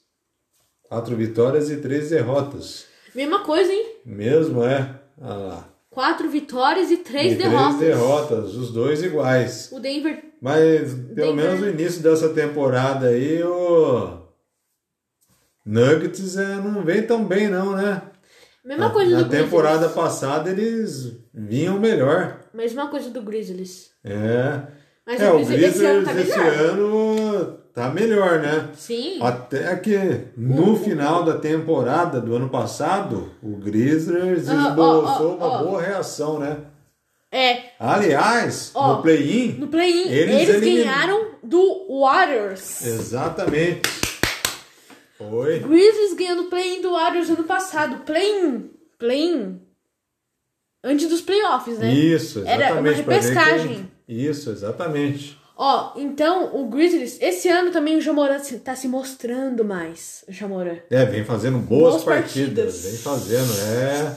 [SPEAKER 2] Quatro vitórias e três derrotas.
[SPEAKER 1] Mesma coisa, hein?
[SPEAKER 2] Mesmo é. Ah lá.
[SPEAKER 1] Quatro vitórias e três
[SPEAKER 2] e
[SPEAKER 1] derrotas.
[SPEAKER 2] três derrotas, os dois iguais.
[SPEAKER 1] O Denver.
[SPEAKER 2] Mas pelo
[SPEAKER 1] Denver.
[SPEAKER 2] menos no início dessa temporada aí, o Nuggets é, não vem tão bem não, né?
[SPEAKER 1] Mesma coisa
[SPEAKER 2] Na
[SPEAKER 1] do
[SPEAKER 2] temporada
[SPEAKER 1] Grizzlies.
[SPEAKER 2] passada eles vinham melhor.
[SPEAKER 1] Mesma coisa do Grizzlies.
[SPEAKER 2] É.
[SPEAKER 1] Mas
[SPEAKER 2] é, o
[SPEAKER 1] Grizzlies
[SPEAKER 2] Grizzlies
[SPEAKER 1] esse ano tá
[SPEAKER 2] esse
[SPEAKER 1] melhor.
[SPEAKER 2] ano tá melhor, né?
[SPEAKER 1] Sim. Uhum.
[SPEAKER 2] Até que no final da temporada do ano passado, o Grizzlies
[SPEAKER 1] Ah, ó,
[SPEAKER 2] esboçou
[SPEAKER 1] ó,
[SPEAKER 2] uma
[SPEAKER 1] ó.
[SPEAKER 2] boa reação, né?
[SPEAKER 1] É.
[SPEAKER 2] Aliás,
[SPEAKER 1] Ó.
[SPEAKER 2] no play-in,
[SPEAKER 1] No play-in, eles,
[SPEAKER 2] Eles eliminam-
[SPEAKER 1] ganharam do Warriors.
[SPEAKER 2] exatamente. Foi.
[SPEAKER 1] Grizzlies ganhando o play-in do Warriors ano passado. Play-in. Play-in. Antes dos playoffs, né?
[SPEAKER 2] Isso, exatamente.
[SPEAKER 1] Era uma
[SPEAKER 2] pra ver quem-
[SPEAKER 1] repescagem.
[SPEAKER 2] Isso, exatamente.
[SPEAKER 1] Ó, então o Grizzlies, esse ano também o Jamoran se- tá se mostrando mais. O Jamoran.
[SPEAKER 2] É, vem fazendo boas,
[SPEAKER 1] Boas
[SPEAKER 2] partidas.
[SPEAKER 1] partidas.
[SPEAKER 2] Vem fazendo, é.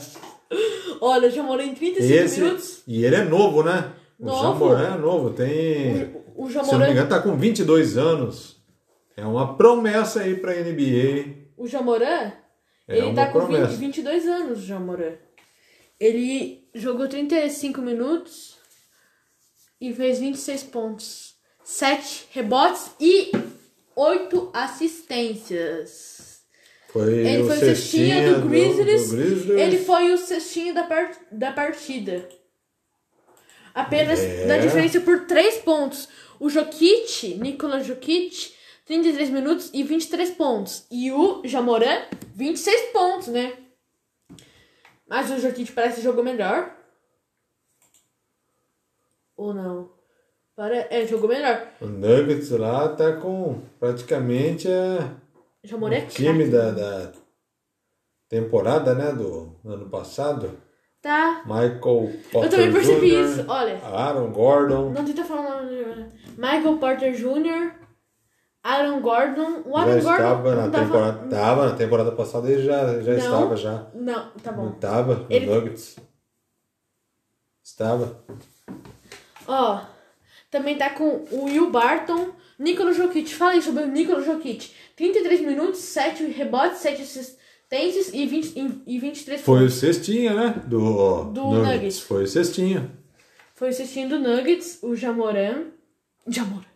[SPEAKER 1] Olha, o Jamoran em 35 minutos.
[SPEAKER 2] Esse, e ele é novo, né? O
[SPEAKER 1] Novo.
[SPEAKER 2] Jamoran é novo, tem.
[SPEAKER 1] O, o
[SPEAKER 2] Se eu não me
[SPEAKER 1] Jamoran
[SPEAKER 2] engano, tá com 22 anos. É uma promessa aí pra NBA.
[SPEAKER 1] O Jamoran,
[SPEAKER 2] É
[SPEAKER 1] ele
[SPEAKER 2] uma
[SPEAKER 1] tá com 20,
[SPEAKER 2] promessa.
[SPEAKER 1] 22 anos, o Jamoran. Ele jogou 35 minutos e fez 26 pontos, 7 rebotes e 8 assistências.
[SPEAKER 2] Foi
[SPEAKER 1] Ele
[SPEAKER 2] o
[SPEAKER 1] foi o cestinha do Grizzlies,
[SPEAKER 2] do Grizzlies.
[SPEAKER 1] ele foi o cestinha da, par- da partida. Apenas
[SPEAKER 2] É.
[SPEAKER 1] da diferença por 3 pontos. O Jokic, Nikola Jokic, 33 minutos e 23 pontos. E o Jamoran, 26 pontos, né? Mas o Jokic parece que jogou melhor. Ou não? Para... É, jogou melhor.
[SPEAKER 2] O Nuggets lá tá com praticamente é,
[SPEAKER 1] Jamoran é
[SPEAKER 2] o
[SPEAKER 1] craque.
[SPEAKER 2] time da, da temporada, né? Do ano passado.
[SPEAKER 1] Tá.
[SPEAKER 2] Michael Potter
[SPEAKER 1] Eu também percebi
[SPEAKER 2] Jr.,
[SPEAKER 1] isso, olha.
[SPEAKER 2] Aaron Gordon.
[SPEAKER 1] Não tenta falar o nome do Michael Porter Jr., Aaron Gordon. O Aaron Gordon.
[SPEAKER 2] já estava na
[SPEAKER 1] não tava-
[SPEAKER 2] temporada. Tava na temporada passada ele já, já
[SPEAKER 1] Não.
[SPEAKER 2] estava já.
[SPEAKER 1] Não, tá
[SPEAKER 2] Não
[SPEAKER 1] bom.
[SPEAKER 2] estava no
[SPEAKER 1] Ele-
[SPEAKER 2] Nuggets. Estava.
[SPEAKER 1] Ó, também tá com o Will Barton, Nikola Jokic. Fala aí sobre o Nikola Jokic. 33 minutos, 7 rebotes, 7 assistências e, 20, e, e 23
[SPEAKER 2] Foi o cestinha, né? Do,
[SPEAKER 1] Do Nuggets.
[SPEAKER 2] Foi o cestinha.
[SPEAKER 1] Foi assistindo Nuggets, o Jamoran. Jamoran.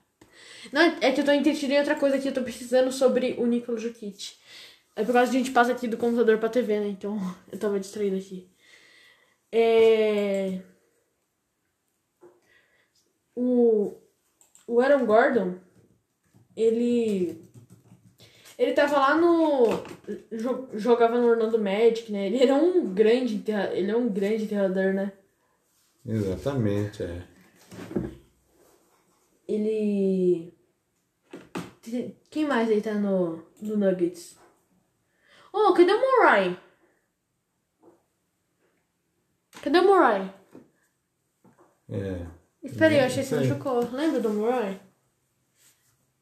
[SPEAKER 1] Não, é que eu tô entretida em outra coisa aqui, eu tô precisando sobre o Nikola Jokic. É por causa que a gente passa aqui do computador pra TV, né? Então eu tava distraída aqui. É. O. O Aaron Gordon, ele. Ele tava lá no. jo- Jogava no Orlando Magic, né? Ele era um grande. enterra- Ele é um grande enterrador, né?
[SPEAKER 2] Exatamente, é.
[SPEAKER 1] Ele. Quem mais aí tá no, no Nuggets? Oh, cadê o Morai? Cadê o Morai?
[SPEAKER 2] É.
[SPEAKER 1] Espera aí, eu achei que você
[SPEAKER 2] Isso aí.
[SPEAKER 1] machucou. Lembra do Morai?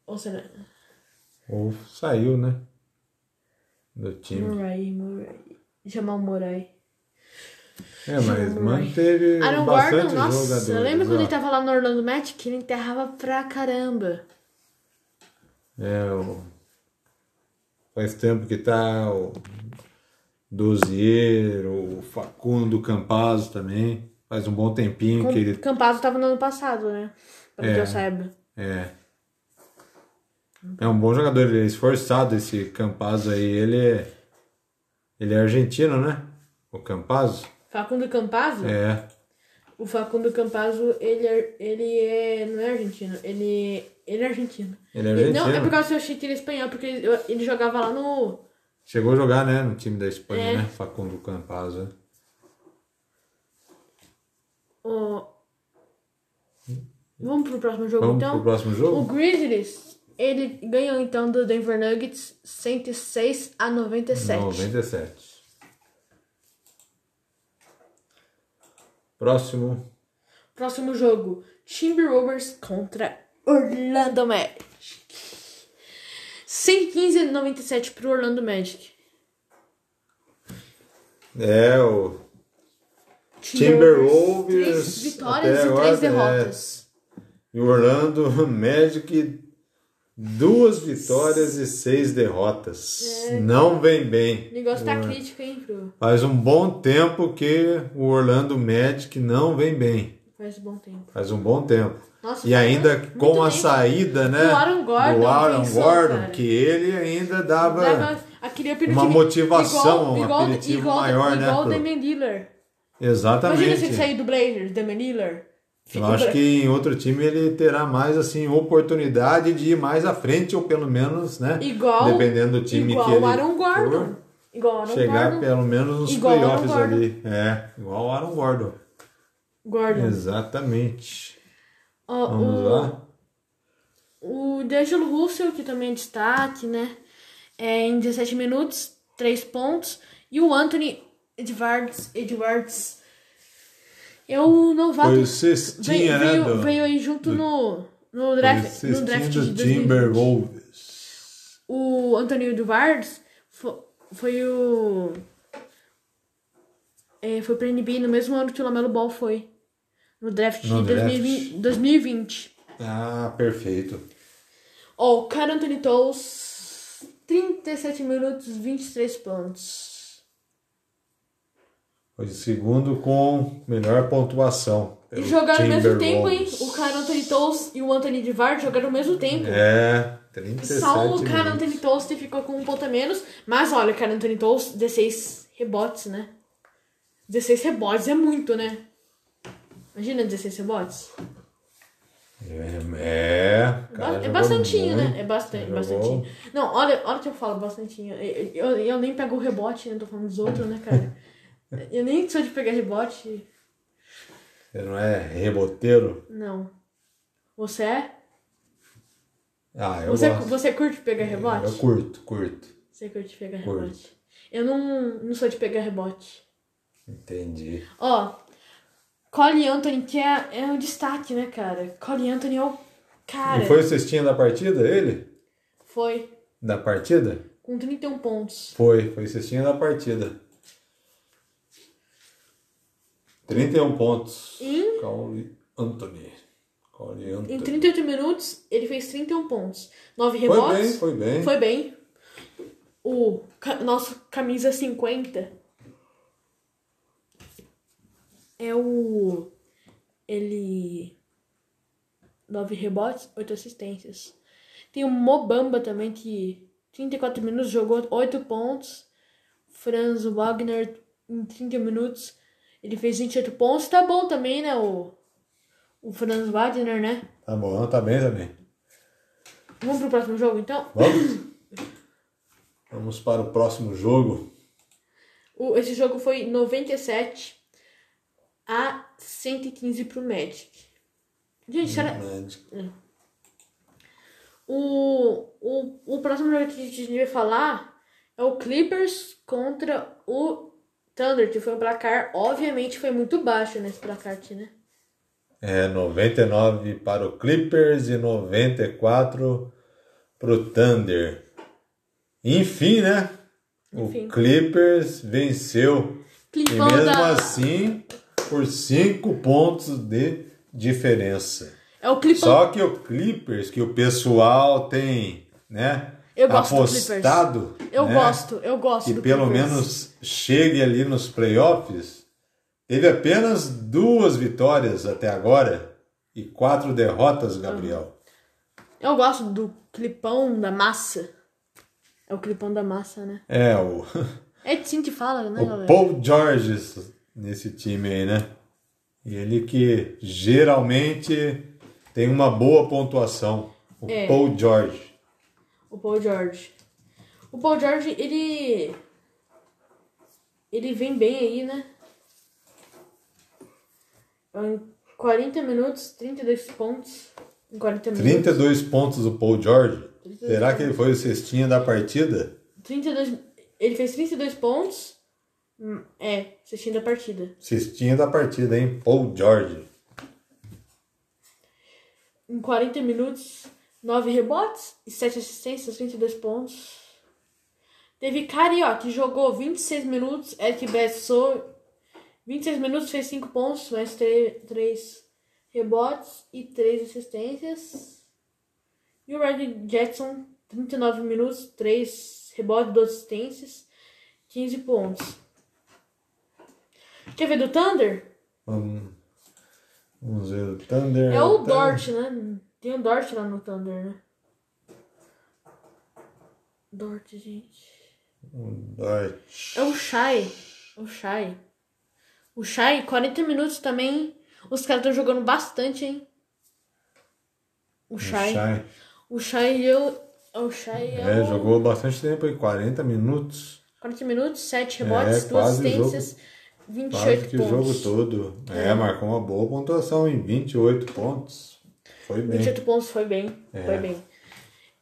[SPEAKER 1] Ou será?
[SPEAKER 2] Ou saiu, né? Do time.
[SPEAKER 1] Morai, Morai. Jamal Morai.
[SPEAKER 2] É, mas
[SPEAKER 1] Hum.
[SPEAKER 2] manteve
[SPEAKER 1] Aaron
[SPEAKER 2] bastante
[SPEAKER 1] Gordon, nossa,
[SPEAKER 2] jogadores.
[SPEAKER 1] lembra quando
[SPEAKER 2] ó.
[SPEAKER 1] ele tava lá no Orlando Magic? que Ele enterrava pra caramba.
[SPEAKER 2] É, o... faz tempo que tá o Dozier, o Facundo Campazzo também. Faz um bom tempinho que
[SPEAKER 1] O
[SPEAKER 2] ele.
[SPEAKER 1] Campazzo tava no ano passado, né? Pra
[SPEAKER 2] É.
[SPEAKER 1] que eu saiba.
[SPEAKER 2] É. É um bom jogador, ele é esforçado, esse Campazzo aí. Ele é, ele é argentino, né? O Campazzo?
[SPEAKER 1] Facundo Campazzo?
[SPEAKER 2] É.
[SPEAKER 1] O Facundo Campazzo, ele, é- ele é. Não é argentino, ele, ele é argentino.
[SPEAKER 2] Ele é
[SPEAKER 1] Não, é
[SPEAKER 2] argentino.
[SPEAKER 1] por causa que eu achei que ele é espanhol, porque ele, eu- ele jogava lá no.
[SPEAKER 2] Chegou a jogar, né? No time da Espanha,
[SPEAKER 1] É.
[SPEAKER 2] né? Facundo Campazzo. né?
[SPEAKER 1] o- Vamos pro próximo jogo
[SPEAKER 2] Vamos
[SPEAKER 1] então?
[SPEAKER 2] pro próximo
[SPEAKER 1] O
[SPEAKER 2] jogo?
[SPEAKER 1] Grizzlies, ele ganhou então do Denver Nuggets 106 a 97.
[SPEAKER 2] 97. Próximo.
[SPEAKER 1] Próximo jogo, Timberwolves contra Orlando Magic. 115 a 97 pro Orlando Magic.
[SPEAKER 2] É, o Timberwolves,
[SPEAKER 1] Três
[SPEAKER 2] até
[SPEAKER 1] vitórias e
[SPEAKER 2] agora,
[SPEAKER 1] três derrotas.
[SPEAKER 2] e o Orlando Magic, duas vitórias e seis derrotas.
[SPEAKER 1] É.
[SPEAKER 2] Não vem bem.
[SPEAKER 1] O negócio tá crítico, hein, pro...
[SPEAKER 2] Faz um bom tempo que o Orlando Magic não vem bem.
[SPEAKER 1] Faz bom tempo.
[SPEAKER 2] Faz um bom tempo.
[SPEAKER 1] Nossa,
[SPEAKER 2] E ainda
[SPEAKER 1] muito
[SPEAKER 2] com a
[SPEAKER 1] tempo.
[SPEAKER 2] saída, né?
[SPEAKER 1] Do Aaron Gordon,
[SPEAKER 2] do Aaron
[SPEAKER 1] pensou,
[SPEAKER 2] Gordon,
[SPEAKER 1] cara.
[SPEAKER 2] que ele ainda dava.
[SPEAKER 1] Dava aquele apelativo-
[SPEAKER 2] uma motivação, um apelativo
[SPEAKER 1] igual,
[SPEAKER 2] maior, né,
[SPEAKER 1] igual o
[SPEAKER 2] pro-
[SPEAKER 1] Damian Lillard. Imagina se ele
[SPEAKER 2] Exatamente.
[SPEAKER 1] sair do Blazers, Damian Lillard.
[SPEAKER 2] Eu acho que em outro time ele terá mais assim oportunidade de ir mais à frente ou pelo menos, né?
[SPEAKER 1] Igual,
[SPEAKER 2] dependendo do time
[SPEAKER 1] igual
[SPEAKER 2] que ele
[SPEAKER 1] o Aaron Gordon.
[SPEAKER 2] for,
[SPEAKER 1] Igual o Aaron
[SPEAKER 2] chegar
[SPEAKER 1] Gordon.
[SPEAKER 2] pelo menos nos
[SPEAKER 1] Igual o Aaron
[SPEAKER 2] playoffs
[SPEAKER 1] Gordon.
[SPEAKER 2] ali. É, igual o Aaron Gordon.
[SPEAKER 1] Gordon.
[SPEAKER 2] Exatamente.
[SPEAKER 1] Ó,
[SPEAKER 2] Vamos
[SPEAKER 1] o,
[SPEAKER 2] lá.
[SPEAKER 1] O D'Angelo Russell, que também é destaque, né? É, em 17 minutos, 3 pontos. E o Anthony Edwards, Edwards é o novato.
[SPEAKER 2] Foi o
[SPEAKER 1] veio,
[SPEAKER 2] cestinha, né?
[SPEAKER 1] veio,
[SPEAKER 2] Do,
[SPEAKER 1] veio aí junto no, no
[SPEAKER 2] foi o
[SPEAKER 1] draft, no
[SPEAKER 2] cestinha
[SPEAKER 1] draft de
[SPEAKER 2] do
[SPEAKER 1] 2020.
[SPEAKER 2] Timberwolves.
[SPEAKER 1] O Anthony Edwards foi, foi o... É, foi pra NBA no mesmo ano que o Lamelo Ball foi. No draft
[SPEAKER 2] No
[SPEAKER 1] de
[SPEAKER 2] draft.
[SPEAKER 1] 2020. 2020.
[SPEAKER 2] Ah, perfeito.
[SPEAKER 1] Ó, o cara Oh, Anthony Tolls, 37 minutos, 23 pontos.
[SPEAKER 2] Foi o segundo com melhor pontuação.
[SPEAKER 1] E
[SPEAKER 2] pelo
[SPEAKER 1] jogaram ao mesmo tempo, hein?
[SPEAKER 2] É Timberwolves.
[SPEAKER 1] O cara Anthony Tolls e o Anthony Divard jogaram ao mesmo tempo.
[SPEAKER 2] É, 37
[SPEAKER 1] Só o cara
[SPEAKER 2] minutos.
[SPEAKER 1] Anthony Tolls que ficou com um ponto a menos. Mas olha, o cara Anthony Tolls, 16 rebotes, né? 16 rebotes é muito, né? Imagina 16 rebotes.
[SPEAKER 2] É, é, o
[SPEAKER 1] Ba-
[SPEAKER 2] cara
[SPEAKER 1] é
[SPEAKER 2] jogou
[SPEAKER 1] bastantinho,
[SPEAKER 2] muito.
[SPEAKER 1] né? É bastante,
[SPEAKER 2] Jogou.
[SPEAKER 1] bastantinho. Não, olha, olha o que eu falo, bastantinho. Eu, eu, eu nem pego o rebote, né? Tô falando dos outros, né, cara? eu nem sou de pegar rebote.
[SPEAKER 2] Você não é reboteiro?
[SPEAKER 1] Não. Você é?
[SPEAKER 2] Ah, eu
[SPEAKER 1] Você,
[SPEAKER 2] gosto. É,
[SPEAKER 1] você curte pegar rebote?
[SPEAKER 2] Eu curto, curto.
[SPEAKER 1] Você curte pegar
[SPEAKER 2] Curto.
[SPEAKER 1] rebote. Eu não, não sou de pegar rebote.
[SPEAKER 2] Entendi.
[SPEAKER 1] Ó, Cole Anthony, que é, é um destaque, né, cara? Cole Anthony é o cara.
[SPEAKER 2] E foi o cestinho da partida, ele?
[SPEAKER 1] Foi.
[SPEAKER 2] Da partida?
[SPEAKER 1] Com 31 pontos.
[SPEAKER 2] Foi, foi o cestinho da partida. 31 pontos.
[SPEAKER 1] Em
[SPEAKER 2] Cole Anthony. Cole Anthony.
[SPEAKER 1] Hum? Em 38 minutos, ele fez 31 pontos. 9
[SPEAKER 2] Foi
[SPEAKER 1] rebotes.
[SPEAKER 2] bem, foi bem.
[SPEAKER 1] Foi bem. O ca- nosso camisa 50 é o. Ele. 9 rebotes, 8 assistências. Tem o Mobamba também, que 34 minutos jogou 8 pontos. Franz Wagner, em 30 minutos, ele fez 28 pontos. Tá bom também, né? O, o Franz Wagner, né?
[SPEAKER 2] Tá bom, tá bem também.
[SPEAKER 1] Vamos pro próximo jogo, então?
[SPEAKER 2] Vamos? Vamos para o próximo jogo.
[SPEAKER 1] O- esse jogo foi 97 a 115 pro Magic. Gente, será...
[SPEAKER 2] Né, Magic.
[SPEAKER 1] O, o, o próximo jogo que a gente vai falar é o Clippers contra o Thunder, que foi um placar, obviamente, foi muito baixo nesse placar aqui, né?
[SPEAKER 2] É 99 para o Clippers e 94 para o Thunder. Enfim, né? O
[SPEAKER 1] Enfim.
[SPEAKER 2] Clippers venceu. E
[SPEAKER 1] Clipão
[SPEAKER 2] mesmo
[SPEAKER 1] da-
[SPEAKER 2] assim, por 5 pontos de diferença.
[SPEAKER 1] É o Clipão.
[SPEAKER 2] Só que o Clippers, que o pessoal tem, né?
[SPEAKER 1] Eu gosto do
[SPEAKER 2] apostado.
[SPEAKER 1] Eu
[SPEAKER 2] né,
[SPEAKER 1] gosto, eu gosto
[SPEAKER 2] Que
[SPEAKER 1] do
[SPEAKER 2] pelo
[SPEAKER 1] Clippers.
[SPEAKER 2] menos chegue ali nos playoffs. Teve apenas duas vitórias até agora e quatro derrotas, Gabriel.
[SPEAKER 1] Eu gosto do Clipão da massa. É o Clipão da massa, né?
[SPEAKER 2] É, o,
[SPEAKER 1] É assim que fala, né,
[SPEAKER 2] o
[SPEAKER 1] galera?
[SPEAKER 2] Paul George nesse time aí, né? E Ele que geralmente tem uma boa pontuação. O
[SPEAKER 1] É.
[SPEAKER 2] Paul George.
[SPEAKER 1] O Paul George. O Paul George, ele. Ele vem bem aí, né? Em 40 minutos, 32 pontos. Em 40 minutos.
[SPEAKER 2] 32 pontos o Paul George.
[SPEAKER 1] 32
[SPEAKER 2] Será que ele foi o cestinha da partida?
[SPEAKER 1] 32, ele fez 32 pontos. Hum, É, assistindo a partida.
[SPEAKER 2] Cestinha da partida, hein? Paul George.
[SPEAKER 1] Em 40 minutos, 9 rebotes e 7 assistências, 32 pontos. Teve Carioca, que jogou 26 minutos. Eric Bessou, 26 minutos, fez 5 pontos, mais 3, rebotes e 3 assistências. E o Red Jackson, 39 minutos, 3 rebotes, 2 assistências, 15 pontos. Quer ver do Thunder?
[SPEAKER 2] Vamos, vamos ver o Thunder.
[SPEAKER 1] É o
[SPEAKER 2] Thunder.
[SPEAKER 1] Dort, né? Tem o Dort lá no Thunder, né? Dort, gente.
[SPEAKER 2] O Dort.
[SPEAKER 1] É o Shai. O Shai. O Shai, 40 minutos também. Os caras estão jogando bastante, hein? O Shai.
[SPEAKER 2] Shai.
[SPEAKER 1] O Shai e eu. é O Shai e
[SPEAKER 2] É,
[SPEAKER 1] eu.
[SPEAKER 2] jogou bastante tempo aí, 40 minutos.
[SPEAKER 1] 40 minutos, 7 rebotes,
[SPEAKER 2] É,
[SPEAKER 1] 2
[SPEAKER 2] quase o jogo.
[SPEAKER 1] assistências,
[SPEAKER 2] Quase
[SPEAKER 1] 28
[SPEAKER 2] que o
[SPEAKER 1] pontos.
[SPEAKER 2] jogo todo. É, marcou uma boa pontuação em 28 pontos. Foi bem.
[SPEAKER 1] 28 pontos foi bem.
[SPEAKER 2] É.
[SPEAKER 1] Foi bem.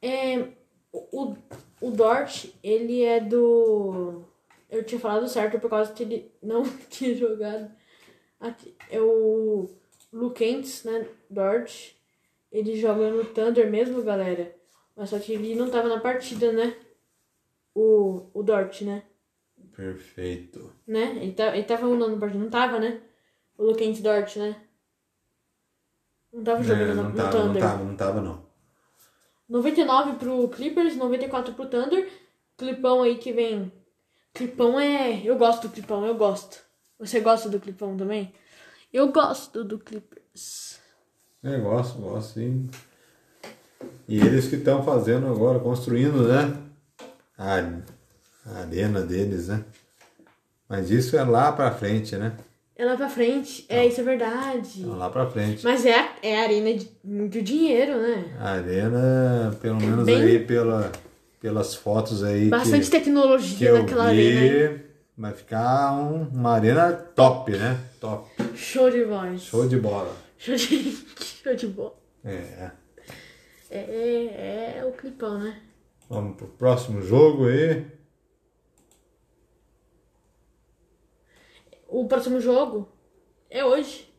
[SPEAKER 1] É, o, o Dort, ele é do. Eu tinha falado certo por causa que ele não tinha jogado. Aqui, é o Lukens, né? Dort. Ele joga no Thunder mesmo, galera. Mas só que ele não tava na partida, né? O, o Dort, né?
[SPEAKER 2] Perfeito.
[SPEAKER 1] Né? Ele, tá, ele tava jogando na partida, não tava, né? O Lukens Dort, né? Não tava Tá jogando
[SPEAKER 2] É,
[SPEAKER 1] no,
[SPEAKER 2] não
[SPEAKER 1] no
[SPEAKER 2] tava, não
[SPEAKER 1] Thunder.
[SPEAKER 2] tava, não tava, não.
[SPEAKER 1] 99 pro Clippers, 94 pro Thunder. Clipão aí que vem. Clipão é. Eu gosto do Clipão, eu gosto. Você gosta do Clipão também? Eu gosto do Clippers.
[SPEAKER 2] Negócio, É, gosto sim. E eles que estão fazendo agora, construindo, né? A, a arena deles, né? Mas isso é lá pra frente, né?
[SPEAKER 1] É lá pra frente. É, isso é verdade.
[SPEAKER 2] É lá pra frente.
[SPEAKER 1] Mas é, a- é a arena de muito dinheiro, né?
[SPEAKER 2] A arena, pelo menos
[SPEAKER 1] Bem-
[SPEAKER 2] aí pela, pelas fotos aí
[SPEAKER 1] Bastante
[SPEAKER 2] que, que
[SPEAKER 1] tecnologia
[SPEAKER 2] eu vi,
[SPEAKER 1] naquela arena. hein?
[SPEAKER 2] vai ficar um- uma arena top, né? Top.
[SPEAKER 1] Show de voz.
[SPEAKER 2] Show de bola.
[SPEAKER 1] Show de, show de bola.
[SPEAKER 2] É.
[SPEAKER 1] É, é, é o Clipão, né?
[SPEAKER 2] Vamos pro próximo jogo aí.
[SPEAKER 1] O próximo jogo é hoje.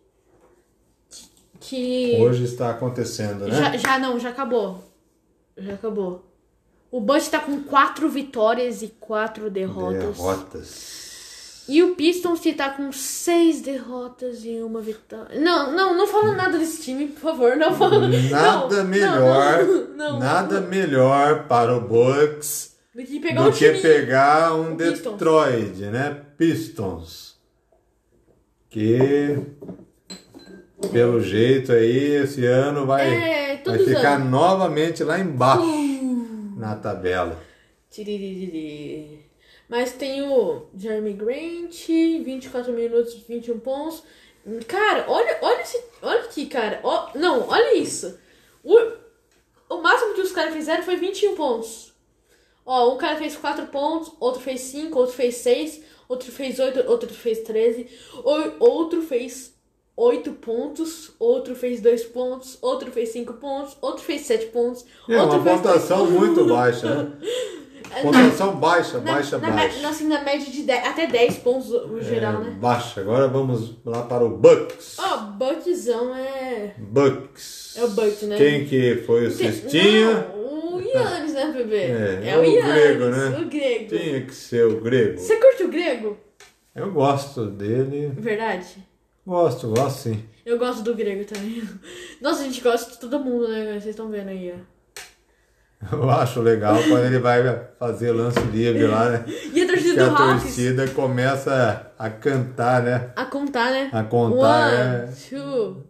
[SPEAKER 1] Que.
[SPEAKER 2] Hoje está acontecendo, né?
[SPEAKER 1] Já, já não, já acabou. Já acabou. O Bucks tá com quatro vitórias e quatro derrotas.
[SPEAKER 2] Derrotas.
[SPEAKER 1] E o Pistons que tá com seis derrotas e uma vitória. Não, não, não fala nada desse time, por favor, não fala.
[SPEAKER 2] Nada
[SPEAKER 1] não,
[SPEAKER 2] melhor,
[SPEAKER 1] Não, não, não.
[SPEAKER 2] nada melhor para o Bucks
[SPEAKER 1] Do que pegar um
[SPEAKER 2] do que
[SPEAKER 1] time.
[SPEAKER 2] pegar um
[SPEAKER 1] O Pistons.
[SPEAKER 2] Detroit, né? Pistons. Que pelo jeito aí esse ano vai
[SPEAKER 1] É,
[SPEAKER 2] vai
[SPEAKER 1] todos os
[SPEAKER 2] ficar
[SPEAKER 1] anos. Uh.
[SPEAKER 2] novamente lá embaixo na tabela.
[SPEAKER 1] Tiririri. Mas tem o Jeremy Grant, 24 minutos, 21 pontos. Cara, olha, olha esse. Olha aqui, cara. Ó, não, olha isso. O, o máximo que os caras fizeram foi 21 pontos. Ó, um cara fez 4 pontos, outro fez 5, outro fez 6, outro fez 8, outro fez 13, ou- outro fez oito pontos, outro fez dois pontos, outro fez cinco pontos, outro fez sete pontos.
[SPEAKER 2] É
[SPEAKER 1] outro
[SPEAKER 2] uma
[SPEAKER 1] fez dois
[SPEAKER 2] pontuação
[SPEAKER 1] pontos.
[SPEAKER 2] muito baixa, né?
[SPEAKER 1] É, na-
[SPEAKER 2] Pontuação baixa,
[SPEAKER 1] na-
[SPEAKER 2] baixa,
[SPEAKER 1] na,
[SPEAKER 2] baixa.
[SPEAKER 1] me- assim, na média de 10, até 10 pontos no geral,
[SPEAKER 2] É,
[SPEAKER 1] né?
[SPEAKER 2] Baixa. Agora vamos lá para o Bucks.
[SPEAKER 1] Ó, Buckzão é.
[SPEAKER 2] Bucks.
[SPEAKER 1] É o Bucks, né?
[SPEAKER 2] Quem que foi o cestinha?
[SPEAKER 1] Não, o Yannis, né, bebê?
[SPEAKER 2] É,
[SPEAKER 1] o
[SPEAKER 2] o
[SPEAKER 1] Yannis,
[SPEAKER 2] grego, né?
[SPEAKER 1] o grego.
[SPEAKER 2] Tinha que ser o grego.
[SPEAKER 1] Você curte o grego?
[SPEAKER 2] Eu gosto dele.
[SPEAKER 1] Verdade.
[SPEAKER 2] Gosto, gosto sim.
[SPEAKER 1] Eu gosto do grego também. Nossa, a gente gosta de todo mundo, né? Vocês estão vendo aí, ó.
[SPEAKER 2] Eu acho legal quando ele vai fazer lance livre lá, né?
[SPEAKER 1] E a
[SPEAKER 2] Que
[SPEAKER 1] torcida
[SPEAKER 2] a
[SPEAKER 1] do Hawks
[SPEAKER 2] torcida começa a cantar, né?
[SPEAKER 1] a contar, né?
[SPEAKER 2] A contar.
[SPEAKER 1] One, two.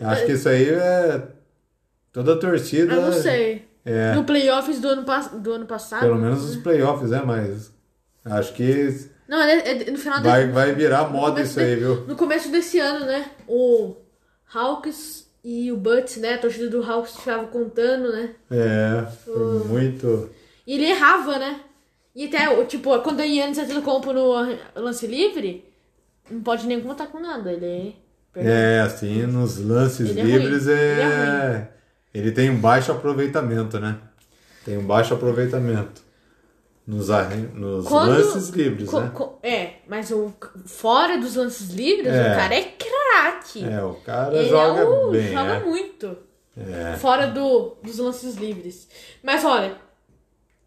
[SPEAKER 2] é. Acho que isso aí é. Toda a torcida.
[SPEAKER 1] Eu não sei.
[SPEAKER 2] É.
[SPEAKER 1] No playoffs do ano, pas- do ano passado.
[SPEAKER 2] Pelo menos os playoffs, né? Mas. Acho que
[SPEAKER 1] Não, é, é no final
[SPEAKER 2] vai,
[SPEAKER 1] desse-
[SPEAKER 2] vai virar
[SPEAKER 1] no
[SPEAKER 2] moda
[SPEAKER 1] começo
[SPEAKER 2] isso aí,
[SPEAKER 1] de-
[SPEAKER 2] viu?
[SPEAKER 1] No começo desse ano, né? O Hawks e o Butts, né? A torcida do Hawks ficava contando, né?
[SPEAKER 2] É, foi muito.
[SPEAKER 1] E ele errava, né? E até, o- tipo, quando o Yannis Antetokounmpo no lance livre, não pode nem contar com nada. Ele perdeu.
[SPEAKER 2] É, assim, nos lances
[SPEAKER 1] Ele é ruim,
[SPEAKER 2] livres é...
[SPEAKER 1] ele é
[SPEAKER 2] Ele tem um baixo aproveitamento, né? Tem um baixo aproveitamento. Nos, arre- nos
[SPEAKER 1] Quando-
[SPEAKER 2] lances livres,
[SPEAKER 1] Co-
[SPEAKER 2] né?
[SPEAKER 1] co- é, mas o fora dos lances livres,
[SPEAKER 2] É.
[SPEAKER 1] o cara é craque.
[SPEAKER 2] É, o cara
[SPEAKER 1] Ele
[SPEAKER 2] joga
[SPEAKER 1] é o-
[SPEAKER 2] bem,
[SPEAKER 1] joga
[SPEAKER 2] é.
[SPEAKER 1] muito.
[SPEAKER 2] É.
[SPEAKER 1] Fora do, dos lances livres. Mas olha,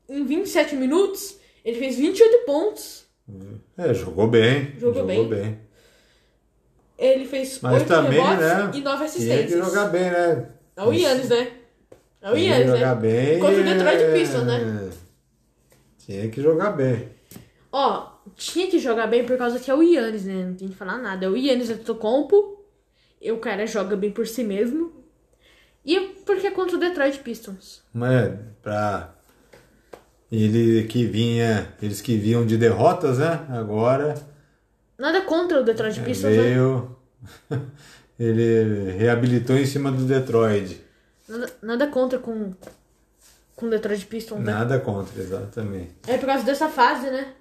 [SPEAKER 1] em 27 minutos, ele fez 28 pontos.
[SPEAKER 2] É, jogou bem.
[SPEAKER 1] Jogou bem. Ele fez
[SPEAKER 2] Mas
[SPEAKER 1] 8
[SPEAKER 2] também,
[SPEAKER 1] rebotes
[SPEAKER 2] né?
[SPEAKER 1] e 9
[SPEAKER 2] Tinha
[SPEAKER 1] assistências.
[SPEAKER 2] que jogar bem, né?
[SPEAKER 1] É o Yannis, né? É o
[SPEAKER 2] Tinha que
[SPEAKER 1] Yannis, né?
[SPEAKER 2] jogar bem.
[SPEAKER 1] Contra o Detroit
[SPEAKER 2] é.
[SPEAKER 1] Pistons, né?
[SPEAKER 2] Tinha que jogar bem.
[SPEAKER 1] Ó, tinha que jogar bem por causa que é o Yannis, né? Não tem que falar nada. É o Yannis Antetokounmpo. E o cara joga bem por si mesmo. E porque é contra o Detroit Pistons.
[SPEAKER 2] né, pra ele que vinha, eles que vinham de derrotas, né? Agora
[SPEAKER 1] Nada contra o
[SPEAKER 2] É
[SPEAKER 1] Detroit Pistons, né?
[SPEAKER 2] veio, ele reabilitou em cima do Detroit.
[SPEAKER 1] Nada, nada contra com, com o Detroit Pistons, né?
[SPEAKER 2] Nada contra, exatamente.
[SPEAKER 1] É por causa dessa fase, né?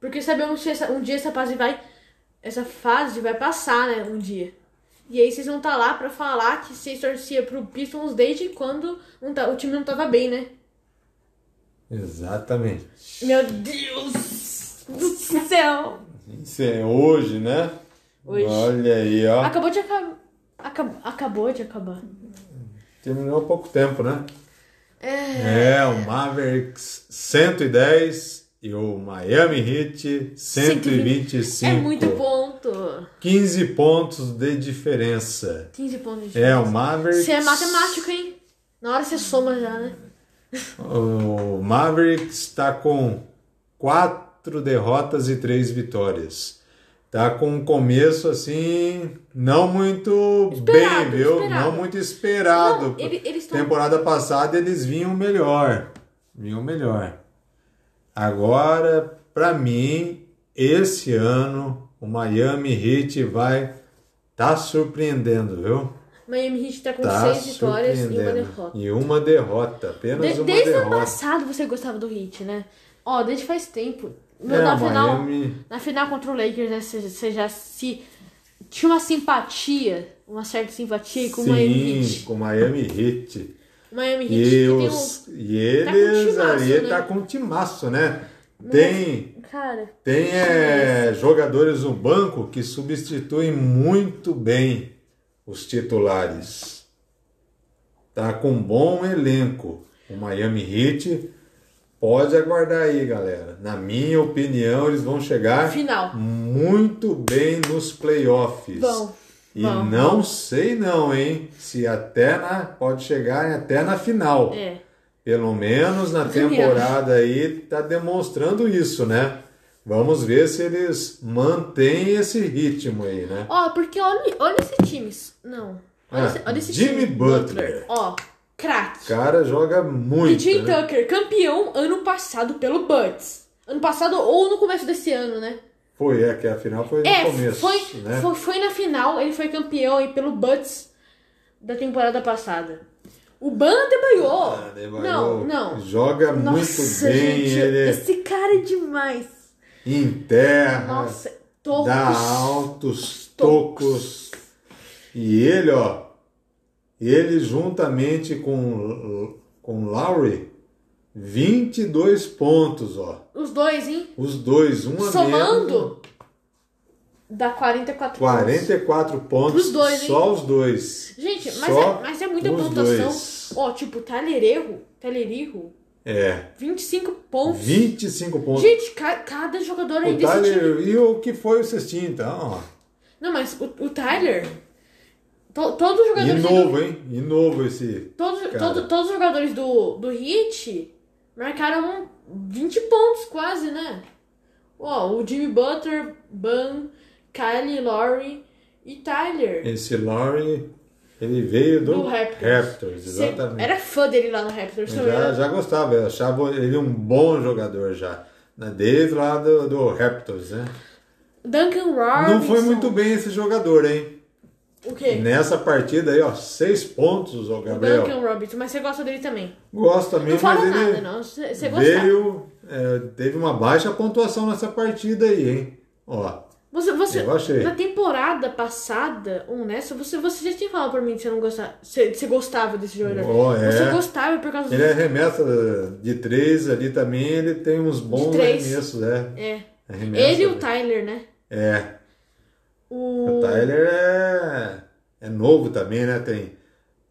[SPEAKER 1] Porque sabemos que essa- um dia essa fase vai. Essa fase vai passar, né? Um dia. E aí vocês vão estar lá pra falar que vocês torciam pro Pistons desde quando não tá- o time não tava bem, né?
[SPEAKER 2] Exatamente.
[SPEAKER 1] Meu Deus do céu!
[SPEAKER 2] Isso é hoje, né?
[SPEAKER 1] Hoje.
[SPEAKER 2] Olha aí, ó.
[SPEAKER 1] Acabou de acabar. acabou de acabar.
[SPEAKER 2] Terminou há pouco tempo, né?
[SPEAKER 1] É.
[SPEAKER 2] É, o Mavericks 110 e o Miami Heat 125.
[SPEAKER 1] É muito ponto.
[SPEAKER 2] 15 pontos de diferença.
[SPEAKER 1] 15 pontos de
[SPEAKER 2] É, o Mavericks.
[SPEAKER 1] Você é matemático, hein? Na hora você soma já, né?
[SPEAKER 2] O Mavericks está com quatro derrotas e três vitórias. Tá com um começo assim, não muito
[SPEAKER 1] Esperado,
[SPEAKER 2] bem, viu?
[SPEAKER 1] esperado.
[SPEAKER 2] Não muito esperado.
[SPEAKER 1] Não, ele- eles tão-
[SPEAKER 2] Temporada passada eles vinham melhor. Vinham melhor. Agora, para mim, esse ano o Miami Heat vai tá surpreendendo, viu?
[SPEAKER 1] Miami Heat tá com
[SPEAKER 2] Tá
[SPEAKER 1] 6 vitórias e uma
[SPEAKER 2] surpreendendo.
[SPEAKER 1] derrota.
[SPEAKER 2] E uma derrota, apenas
[SPEAKER 1] De-
[SPEAKER 2] uma
[SPEAKER 1] desde o ano
[SPEAKER 2] derrota.
[SPEAKER 1] passado você gostava do Heat, né? Ó, desde faz tempo. No-
[SPEAKER 2] É,
[SPEAKER 1] na,
[SPEAKER 2] o
[SPEAKER 1] final,
[SPEAKER 2] Miami-
[SPEAKER 1] na final contra o Lakers, né? Você, você já se. Tinha uma simpatia, uma certa simpatia com o Miami
[SPEAKER 2] Sim,
[SPEAKER 1] Heat.
[SPEAKER 2] com o Miami Heat.
[SPEAKER 1] O Miami Heat que
[SPEAKER 2] E,
[SPEAKER 1] tem um.
[SPEAKER 2] os, e eles
[SPEAKER 1] timaço,
[SPEAKER 2] ali
[SPEAKER 1] né?
[SPEAKER 2] tá com timaço, né? Tem,
[SPEAKER 1] um- Cara,
[SPEAKER 2] tem é, jogadores no banco que substituem muito bem os titulares. Tá com um bom elenco. O Miami Heat pode aguardar aí, galera. Na minha opinião, eles vão chegar
[SPEAKER 1] Final.
[SPEAKER 2] muito bem nos playoffs.
[SPEAKER 1] Vão,
[SPEAKER 2] E
[SPEAKER 1] vão,
[SPEAKER 2] não sei não, hein? Se até na pode chegar até na final.
[SPEAKER 1] é.
[SPEAKER 2] Pelo menos na
[SPEAKER 1] Pelo menos.
[SPEAKER 2] temporada aí tá demonstrando isso, né? Vamos ver se eles mantêm esse ritmo aí, né?
[SPEAKER 1] Ó, porque olha, olha esse time. Não. Olha,
[SPEAKER 2] Ah,
[SPEAKER 1] esse, olha esse
[SPEAKER 2] Jimmy
[SPEAKER 1] time.
[SPEAKER 2] Butler.
[SPEAKER 1] Ó, craque.
[SPEAKER 2] O cara joga muito,
[SPEAKER 1] PJ
[SPEAKER 2] né?
[SPEAKER 1] Tucker, campeão ano passado pelo Bucks. Ano passado ou no começo desse ano, né?
[SPEAKER 2] Foi, é que afinal foi no
[SPEAKER 1] É,
[SPEAKER 2] começo,
[SPEAKER 1] foi,
[SPEAKER 2] né?
[SPEAKER 1] foi, foi na final, ele foi campeão aí pelo Bucks da temporada passada. O Bana Debaio.
[SPEAKER 2] Ah, Adebayo
[SPEAKER 1] Não, não.
[SPEAKER 2] Joga muito
[SPEAKER 1] Nossa,
[SPEAKER 2] bem,
[SPEAKER 1] gente,
[SPEAKER 2] ele Ah,
[SPEAKER 1] esse cara é demais.
[SPEAKER 2] enterra,
[SPEAKER 1] Nossa, tô
[SPEAKER 2] dá altos tocos. E ele, ó, ele juntamente com, com Lowry, 22 pontos, ó.
[SPEAKER 1] Os dois, hein?
[SPEAKER 2] Os dois, um a menos.
[SPEAKER 1] Somando, dá 44 pontos.
[SPEAKER 2] 44 pontos.
[SPEAKER 1] Pros dois, hein?
[SPEAKER 2] Só os dois.
[SPEAKER 1] Gente, mas,
[SPEAKER 2] Só
[SPEAKER 1] é, mas é muita
[SPEAKER 2] os
[SPEAKER 1] pontuação.
[SPEAKER 2] dois.
[SPEAKER 1] Ó, tipo, Talhereiro, Talhereiro,
[SPEAKER 2] É.
[SPEAKER 1] 25 pontos.
[SPEAKER 2] 25 pontos.
[SPEAKER 1] Gente, ca- cada jogador é aí
[SPEAKER 2] o
[SPEAKER 1] desse time.
[SPEAKER 2] Tyler, e o que foi o cestinho, então? ó?
[SPEAKER 1] Não, mas o, o Tyler. to- todos os
[SPEAKER 2] E
[SPEAKER 1] jogadores. aí
[SPEAKER 2] novo, hein? E novo esse.
[SPEAKER 1] do, todos,
[SPEAKER 2] cara.
[SPEAKER 1] todo- todos os jogadores do, do Hit marcaram 20 pontos quase, né? Ó, o Jimmy Butler, Ban, Kylie, Laurie e Tyler.
[SPEAKER 2] Esse Lowry, ele veio do,
[SPEAKER 1] Do Raptors. Cê-
[SPEAKER 2] exatamente.
[SPEAKER 1] Era fã dele lá no Raptors também.
[SPEAKER 2] Já,
[SPEAKER 1] né?
[SPEAKER 2] já gostava, eu achava ele um bom jogador já. né, Desde lá do, do Raptors, né?
[SPEAKER 1] Duncan Robinson.
[SPEAKER 2] Não foi muito bem esse jogador, hein?
[SPEAKER 1] O quê?
[SPEAKER 2] Nessa partida aí, ó, seis pontos, ó,
[SPEAKER 1] O
[SPEAKER 2] Gabriel.
[SPEAKER 1] Duncan Robinson, mas você gosta dele também.
[SPEAKER 2] Gosto também,
[SPEAKER 1] Então, Não fala
[SPEAKER 2] mas
[SPEAKER 1] nada,
[SPEAKER 2] ele
[SPEAKER 1] não. Você você gostar.
[SPEAKER 2] veio. é, teve uma baixa pontuação nessa partida aí, hein? Ó,
[SPEAKER 1] Você, você,
[SPEAKER 2] Eu achei.
[SPEAKER 1] Na temporada passada, ou nessa, você, você já tinha falado pra mim que você não gostava. Você, você gostava desse jogador.
[SPEAKER 2] Oh, é.
[SPEAKER 1] Você gostava por causa
[SPEAKER 2] ele é
[SPEAKER 1] do.
[SPEAKER 2] arremessa de três ali também, ele tem uns bons
[SPEAKER 1] três.
[SPEAKER 2] arremessos, é.
[SPEAKER 1] É.
[SPEAKER 2] Arremessa,
[SPEAKER 1] Ele e
[SPEAKER 2] né?
[SPEAKER 1] o Tyler, né?
[SPEAKER 2] É.
[SPEAKER 1] O.
[SPEAKER 2] O Tyler é, é novo também, né? Tem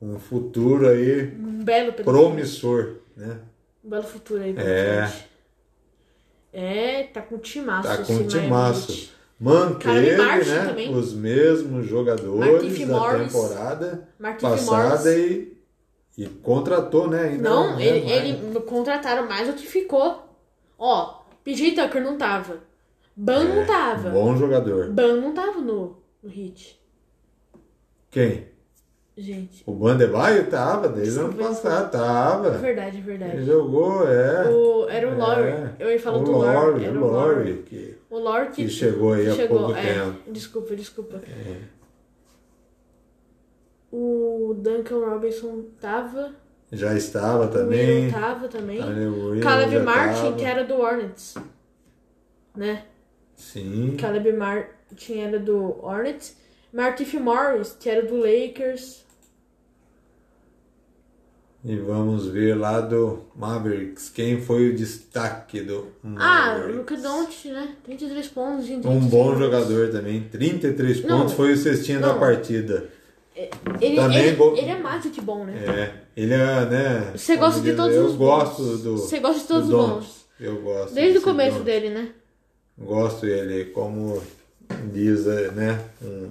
[SPEAKER 2] um futuro aí
[SPEAKER 1] Um belo pelo-
[SPEAKER 2] promissor, né?
[SPEAKER 1] Um belo futuro aí pra
[SPEAKER 2] É.
[SPEAKER 1] gente. É, tá com timaço.
[SPEAKER 2] Tá
[SPEAKER 1] esse
[SPEAKER 2] com um
[SPEAKER 1] Miami
[SPEAKER 2] timaço.
[SPEAKER 1] Heat.
[SPEAKER 2] Manteve
[SPEAKER 1] Cara, e Martin
[SPEAKER 2] né,
[SPEAKER 1] também.
[SPEAKER 2] os mesmos jogadores
[SPEAKER 1] Markieff
[SPEAKER 2] da
[SPEAKER 1] Morris.
[SPEAKER 2] temporada
[SPEAKER 1] Marquinhos
[SPEAKER 2] passada
[SPEAKER 1] Morris.
[SPEAKER 2] e, e contratou, né? Ainda
[SPEAKER 1] Não,
[SPEAKER 2] né,
[SPEAKER 1] ele,
[SPEAKER 2] mais.
[SPEAKER 1] ele contrataram mais do que ficou. Ó, PJ Tucker não tava. Ban não tava.
[SPEAKER 2] É, Bom jogador.
[SPEAKER 1] Ban não tava no, no hit.
[SPEAKER 2] Quem?
[SPEAKER 1] Gente.
[SPEAKER 2] O Bandebaio tava desde o ano
[SPEAKER 1] Desculpa,
[SPEAKER 2] passado,
[SPEAKER 1] É
[SPEAKER 2] tava.
[SPEAKER 1] verdade, é verdade.
[SPEAKER 2] Ele jogou, é.
[SPEAKER 1] O, era o Lowry.
[SPEAKER 2] É.
[SPEAKER 1] Eu ia falar
[SPEAKER 2] o
[SPEAKER 1] do Lowry.
[SPEAKER 2] Lowry,
[SPEAKER 1] Era
[SPEAKER 2] o
[SPEAKER 1] o Lowry.
[SPEAKER 2] Lowry, que,
[SPEAKER 1] O Lowry que,
[SPEAKER 2] que chegou aí
[SPEAKER 1] que
[SPEAKER 2] há
[SPEAKER 1] chegou,
[SPEAKER 2] pouco
[SPEAKER 1] é.
[SPEAKER 2] tempo. É.
[SPEAKER 1] Desculpa, desculpa. O Duncan Robinson tava.
[SPEAKER 2] Já estava
[SPEAKER 1] O
[SPEAKER 2] também.
[SPEAKER 1] Will tava também.
[SPEAKER 2] Tyler Williams
[SPEAKER 1] Caleb
[SPEAKER 2] já
[SPEAKER 1] Martin,
[SPEAKER 2] tava.
[SPEAKER 1] que é- era do Hornets. Né?
[SPEAKER 2] Sim.
[SPEAKER 1] Caleb Martin era do Hornets. Martiff Morris, que era do Lakers.
[SPEAKER 2] E vamos ver lá do Mavericks. Quem foi o destaque do
[SPEAKER 1] Ah,
[SPEAKER 2] Mavericks?
[SPEAKER 1] Luca Doncic, né? 33 pontos em
[SPEAKER 2] Um
[SPEAKER 1] 33
[SPEAKER 2] bom
[SPEAKER 1] minutos.
[SPEAKER 2] jogador também. 33
[SPEAKER 1] Não.
[SPEAKER 2] pontos foi o cestinho da
[SPEAKER 1] Não.
[SPEAKER 2] partida.
[SPEAKER 1] Ele,
[SPEAKER 2] Também
[SPEAKER 1] ele,
[SPEAKER 2] bom.
[SPEAKER 1] ele é mais do que bom, né?
[SPEAKER 2] É. Ele é, né?
[SPEAKER 1] Você
[SPEAKER 2] como
[SPEAKER 1] gosta de
[SPEAKER 2] diz,
[SPEAKER 1] todos
[SPEAKER 2] eu
[SPEAKER 1] os
[SPEAKER 2] gosto
[SPEAKER 1] bons.
[SPEAKER 2] do.
[SPEAKER 1] Você gosta de todos
[SPEAKER 2] do
[SPEAKER 1] os
[SPEAKER 2] Doncic.
[SPEAKER 1] bons.
[SPEAKER 2] Eu gosto.
[SPEAKER 1] Desde o
[SPEAKER 2] desse
[SPEAKER 1] começo
[SPEAKER 2] Doncic.
[SPEAKER 1] dele, né?
[SPEAKER 2] Gosto ele, como diz, eh, né? um-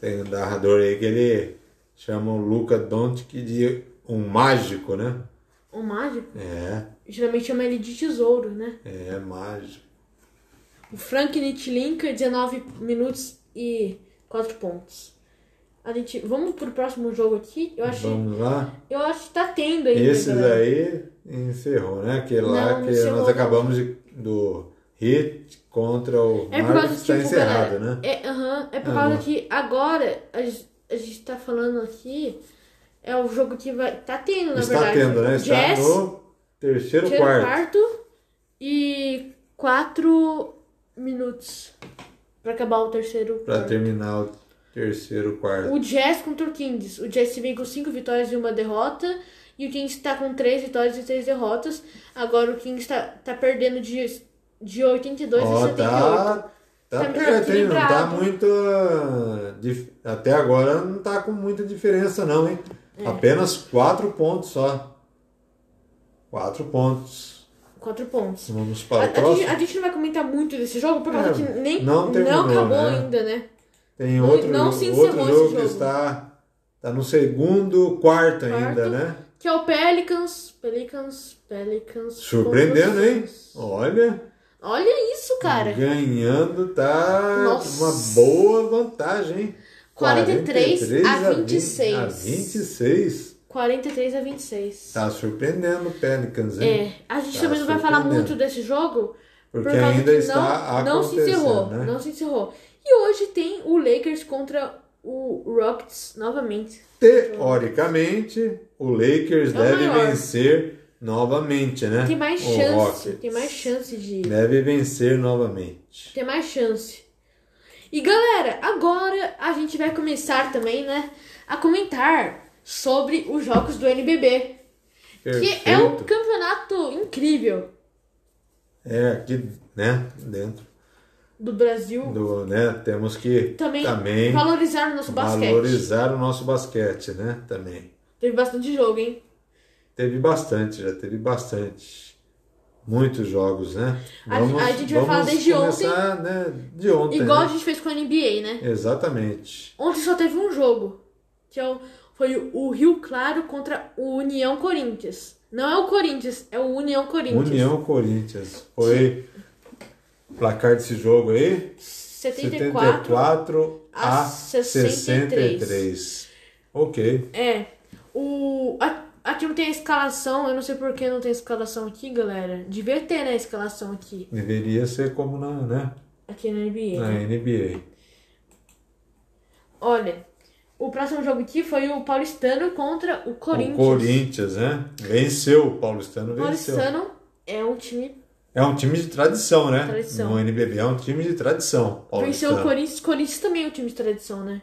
[SPEAKER 2] tem um narrador aí que ele chama o Luca Doncic de um mágico, né?
[SPEAKER 1] O mágico.
[SPEAKER 2] É,
[SPEAKER 1] Geralmente chama ele de tesouro, né?
[SPEAKER 2] é mágico.
[SPEAKER 1] O Frank Nitlinka, 19 minutos e 4 pontos. A gente, vamos pro próximo jogo aqui. Eu acho,
[SPEAKER 2] Vamos lá.
[SPEAKER 1] eu acho que tá tendo ainda.
[SPEAKER 2] Esses
[SPEAKER 1] galera.
[SPEAKER 2] aí encerrou, né? Que lá
[SPEAKER 1] Não,
[SPEAKER 2] que
[SPEAKER 1] encerrou,
[SPEAKER 2] nós
[SPEAKER 1] não.
[SPEAKER 2] acabamos de, do hit contra o
[SPEAKER 1] É por causa
[SPEAKER 2] Marcos
[SPEAKER 1] que,
[SPEAKER 2] tá
[SPEAKER 1] tipo,
[SPEAKER 2] encerrado,
[SPEAKER 1] galera,
[SPEAKER 2] né?
[SPEAKER 1] É, aham, é por
[SPEAKER 2] Ah,
[SPEAKER 1] causa
[SPEAKER 2] bom.
[SPEAKER 1] que agora a, gente- a gente tá falando aqui. É o jogo que vai. Tá tendo, na
[SPEAKER 2] Está
[SPEAKER 1] verdade.
[SPEAKER 2] tendo, né? Está
[SPEAKER 1] Jazz,
[SPEAKER 2] no terceiro
[SPEAKER 1] terceiro
[SPEAKER 2] quarto.
[SPEAKER 1] quarto e 4 minutos pra acabar o terceiro
[SPEAKER 2] Pra
[SPEAKER 1] quarto.
[SPEAKER 2] terminar o terceiro quarto.
[SPEAKER 1] O Jazz contra o Kings. O Jazz vem com 5 vitórias e uma derrota. E o Kings tá com 3 vitórias e 3 derrotas. Agora o Kings tá, tá perdendo de, de 82 a
[SPEAKER 2] Ó,
[SPEAKER 1] 78.
[SPEAKER 2] tá, tá
[SPEAKER 1] Tá
[SPEAKER 2] perto, hein? Não tá
[SPEAKER 1] equilibrado.
[SPEAKER 2] muito. ah, dif- Até agora não tá com muita diferença, não, hein?
[SPEAKER 1] É.
[SPEAKER 2] Apenas quatro pontos só. Quatro pontos.
[SPEAKER 1] 4 pontos.
[SPEAKER 2] Vamos
[SPEAKER 1] A,
[SPEAKER 2] para
[SPEAKER 1] a
[SPEAKER 2] o próximo.
[SPEAKER 1] gente, a gente não vai comentar muito desse jogo, por causa
[SPEAKER 2] É,
[SPEAKER 1] que nem
[SPEAKER 2] não terminou,
[SPEAKER 1] acabou
[SPEAKER 2] né?
[SPEAKER 1] ainda, né?
[SPEAKER 2] Tem
[SPEAKER 1] Não-
[SPEAKER 2] outro,
[SPEAKER 1] não se encerrou
[SPEAKER 2] outro
[SPEAKER 1] esse
[SPEAKER 2] jogo que
[SPEAKER 1] jogo.
[SPEAKER 2] está, está no segundo, quarto, ainda,
[SPEAKER 1] Quarto.
[SPEAKER 2] né?
[SPEAKER 1] Que é o Pelicans. Pelicans, Pelicans.
[SPEAKER 2] Surpreendendo,
[SPEAKER 1] contra os
[SPEAKER 2] hein?
[SPEAKER 1] Suns.
[SPEAKER 2] Olha,
[SPEAKER 1] Olha isso, cara.
[SPEAKER 2] ganhando tá
[SPEAKER 1] Nossa.
[SPEAKER 2] uma boa vantagem, hein?
[SPEAKER 1] 43 a 26.
[SPEAKER 2] A 26.
[SPEAKER 1] 43 a 26.
[SPEAKER 2] Tá surpreendendo o Pelicans, hein?
[SPEAKER 1] É, a gente
[SPEAKER 2] Tá
[SPEAKER 1] também não vai falar
[SPEAKER 2] surpreendendo.
[SPEAKER 1] muito desse jogo,
[SPEAKER 2] Porque
[SPEAKER 1] por causa
[SPEAKER 2] ainda
[SPEAKER 1] que
[SPEAKER 2] está
[SPEAKER 1] não, não se
[SPEAKER 2] acontecendo,
[SPEAKER 1] encerrou,
[SPEAKER 2] né?
[SPEAKER 1] não se encerrou. E hoje tem o Lakers contra o Rockets novamente.
[SPEAKER 2] Teoricamente, o Lakers
[SPEAKER 1] É o
[SPEAKER 2] deve
[SPEAKER 1] maior.
[SPEAKER 2] vencer novamente, né?
[SPEAKER 1] Tem mais
[SPEAKER 2] O
[SPEAKER 1] chance,
[SPEAKER 2] Rockets
[SPEAKER 1] tem mais chance de
[SPEAKER 2] Deve vencer novamente.
[SPEAKER 1] tem mais chance. E galera, agora a gente vai começar também, né, a comentar sobre os jogos do NBB, que é um
[SPEAKER 2] Perfeito.
[SPEAKER 1] campeonato incrível
[SPEAKER 2] É, aqui, né, dentro
[SPEAKER 1] do Brasil.
[SPEAKER 2] do, né, temos que
[SPEAKER 1] Também,
[SPEAKER 2] também
[SPEAKER 1] valorizar o nosso basquete.
[SPEAKER 2] valorizar o nosso basquete, né, também.
[SPEAKER 1] Teve bastante jogo, hein?
[SPEAKER 2] Teve bastante, já teve bastante. Muitos jogos, né?
[SPEAKER 1] A- a gente vai falar desde
[SPEAKER 2] começar, ontem. Né, de ontem.
[SPEAKER 1] Igual a
[SPEAKER 2] né?
[SPEAKER 1] gente fez com a NBA, né?
[SPEAKER 2] Exatamente.
[SPEAKER 1] Ontem só teve um jogo, que é o- foi o- o Rio Claro contra o União Corinthians. Não é o Corinthians, é o União Corinthians.
[SPEAKER 2] União Corinthians. Foi o placar desse jogo aí.
[SPEAKER 1] 74.
[SPEAKER 2] 74 a
[SPEAKER 1] a 63.
[SPEAKER 2] 63. Ok.
[SPEAKER 1] É. O, a- aqui não tem a escalação, eu não sei por que não tem a escalação aqui, galera. Devia ter, né, a escalação aqui.
[SPEAKER 2] Deveria ser como na, né?
[SPEAKER 1] Aqui na NBA.
[SPEAKER 2] na
[SPEAKER 1] né?
[SPEAKER 2] NBA.
[SPEAKER 1] Olha, o próximo jogo aqui foi o Paulistano contra o Corinthians.
[SPEAKER 2] O Corinthians, né? Venceu. O Paulistano
[SPEAKER 1] O
[SPEAKER 2] venceu.
[SPEAKER 1] Paulistano é um time.
[SPEAKER 2] É um time de tradição, né?
[SPEAKER 1] Tradição.
[SPEAKER 2] No NBB é um time de tradição.
[SPEAKER 1] Venceu o
[SPEAKER 2] Paulistano.
[SPEAKER 1] Corinthians. Corinthians também é um time de tradição, né?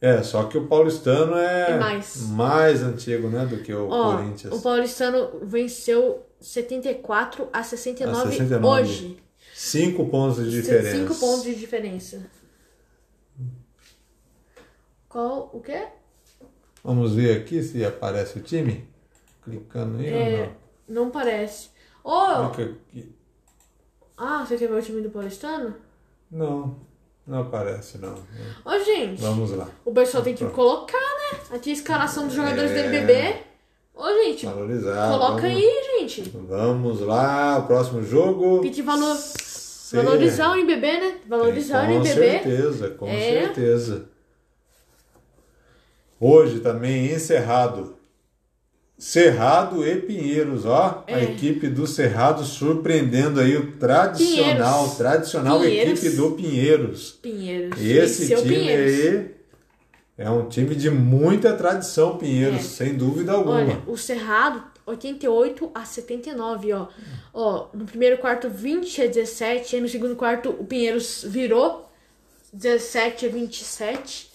[SPEAKER 2] É, só que o Paulistano é,
[SPEAKER 1] É mais.
[SPEAKER 2] mais antigo, né, do que o
[SPEAKER 1] Ó,
[SPEAKER 2] Corinthians.
[SPEAKER 1] o Paulistano venceu 74 a 69,
[SPEAKER 2] A 69.
[SPEAKER 1] hoje.
[SPEAKER 2] Cinco pontos de diferença.
[SPEAKER 1] 5 pontos de diferença. Qual o quê?
[SPEAKER 2] Vamos ver aqui se aparece o time. Clicando aí
[SPEAKER 1] É,
[SPEAKER 2] ou
[SPEAKER 1] não parece.
[SPEAKER 2] não?
[SPEAKER 1] Oh,
[SPEAKER 2] Clica aqui.
[SPEAKER 1] ah, você quer ver o time do Paulistano?
[SPEAKER 2] Não, não aparece não.
[SPEAKER 1] Ô, gente,
[SPEAKER 2] Vamos lá.
[SPEAKER 1] o pessoal tem que
[SPEAKER 2] Pronto.
[SPEAKER 1] colocar, né? Aqui a escalação dos jogadores
[SPEAKER 2] É.
[SPEAKER 1] do NBB. Ô, gente,
[SPEAKER 2] Valorizar.
[SPEAKER 1] coloca
[SPEAKER 2] vamos,
[SPEAKER 1] aí, gente.
[SPEAKER 2] Vamos lá, o próximo jogo.
[SPEAKER 1] Pedir valor-
[SPEAKER 2] Se-
[SPEAKER 1] Valorizar o NBB, né? Valorizar o NBB.
[SPEAKER 2] É, Com certeza, com
[SPEAKER 1] É.
[SPEAKER 2] certeza. Hoje também em Cerrado. Cerrado e Pinheiros, ó. A
[SPEAKER 1] É.
[SPEAKER 2] equipe do Cerrado surpreendendo aí o tradicional,
[SPEAKER 1] Pinheiros.
[SPEAKER 2] tradicional
[SPEAKER 1] Pinheiros.
[SPEAKER 2] equipe do Pinheiros.
[SPEAKER 1] Pinheiros.
[SPEAKER 2] E esse
[SPEAKER 1] Venceu o
[SPEAKER 2] time
[SPEAKER 1] Pinheiros.
[SPEAKER 2] aí é um time de muita tradição, Pinheiros,
[SPEAKER 1] É.
[SPEAKER 2] sem dúvida alguma.
[SPEAKER 1] Olha, o Cerrado, 88 a 79, ó. Ó, no primeiro quarto, 20 a 17. Aí no segundo quarto, o Pinheiros virou, 17 a 27.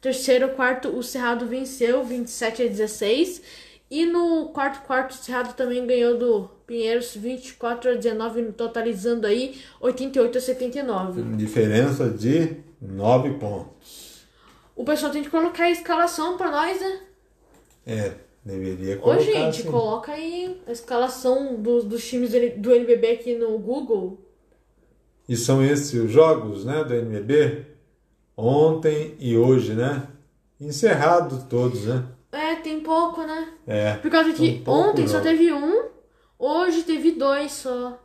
[SPEAKER 1] Terceiro quarto, o Cerrado venceu, 27 a 16. E no quarto quarto, o Cerrado também ganhou do Pinheiros, 24 a 19, totalizando aí 88 a 79.
[SPEAKER 2] Diferença de nove pontos.
[SPEAKER 1] O pessoal tem que colocar a escalação pra nós, né?
[SPEAKER 2] É, deveria
[SPEAKER 1] Ô,
[SPEAKER 2] colocar
[SPEAKER 1] gente,
[SPEAKER 2] assim.
[SPEAKER 1] coloca aí a escalação do- dos times do do NBB aqui no Google.
[SPEAKER 2] E são esses os jogos né, do NBB? Ontem e hoje, né? Encerrado todos, né?
[SPEAKER 1] É, tem pouco, né?
[SPEAKER 2] É,
[SPEAKER 1] Por causa que
[SPEAKER 2] Tem pouco
[SPEAKER 1] ontem só
[SPEAKER 2] jogo.
[SPEAKER 1] teve um, hoje teve dois só.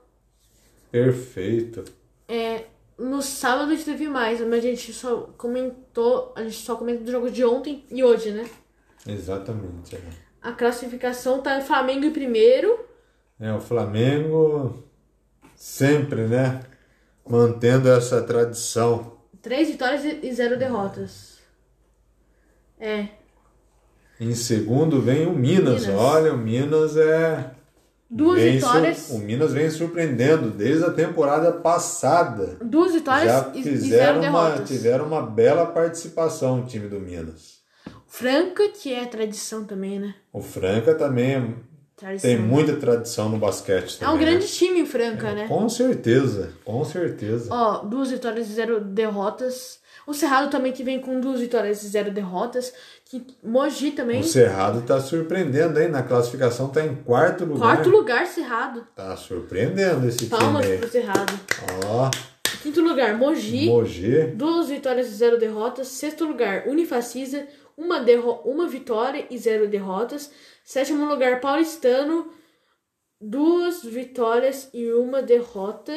[SPEAKER 2] perfeito.
[SPEAKER 1] É, no sábado a gente teve mais, mas a gente só comentou, a gente só comenta do jogo de ontem e hoje, né?
[SPEAKER 2] Exatamente. é.
[SPEAKER 1] A classificação tá o Flamengo em primeiro.
[SPEAKER 2] É, o Flamengo sempre, né? Mantendo essa tradição.
[SPEAKER 1] Três vitórias e e zero derrotas. É.
[SPEAKER 2] Em segundo vem o Minas.
[SPEAKER 1] Minas.
[SPEAKER 2] Olha, o Minas é.
[SPEAKER 1] Duas
[SPEAKER 2] vem sur-
[SPEAKER 1] vitórias.
[SPEAKER 2] O Minas vem surpreendendo desde a temporada passada.
[SPEAKER 1] Duas vitórias
[SPEAKER 2] Já
[SPEAKER 1] e, e zero
[SPEAKER 2] fizeram uma,
[SPEAKER 1] derrotas.
[SPEAKER 2] tiveram uma bela participação o time do Minas.
[SPEAKER 1] Franca, que é tradição também, né?
[SPEAKER 2] O Franca também
[SPEAKER 1] Tradição.
[SPEAKER 2] tem muita tradição no basquete
[SPEAKER 1] É
[SPEAKER 2] também.
[SPEAKER 1] um
[SPEAKER 2] né?
[SPEAKER 1] grande time o Franca, né?
[SPEAKER 2] Com certeza, com certeza.
[SPEAKER 1] Ó, duas vitórias e zero derrotas. O Cerrado também que vem com duas vitórias e zero derrotas. Que Mogi também.
[SPEAKER 2] O Cerrado tá surpreendendo, hein? Na classificação tá em quarto lugar.
[SPEAKER 1] Quarto lugar, Cerrado.
[SPEAKER 2] Tá surpreendendo esse
[SPEAKER 1] Palmas
[SPEAKER 2] time
[SPEAKER 1] pro Cerrado.
[SPEAKER 2] aí. Ó,
[SPEAKER 1] Quinto lugar, Mogi.
[SPEAKER 2] é. Mogi.
[SPEAKER 1] Duas vitórias e zero derrotas. Sexto lugar, Unifacisa. Uma, derro uma vitória e zero derrotas. Sétimo lugar, Paulistano. Duas vitórias e uma derrota.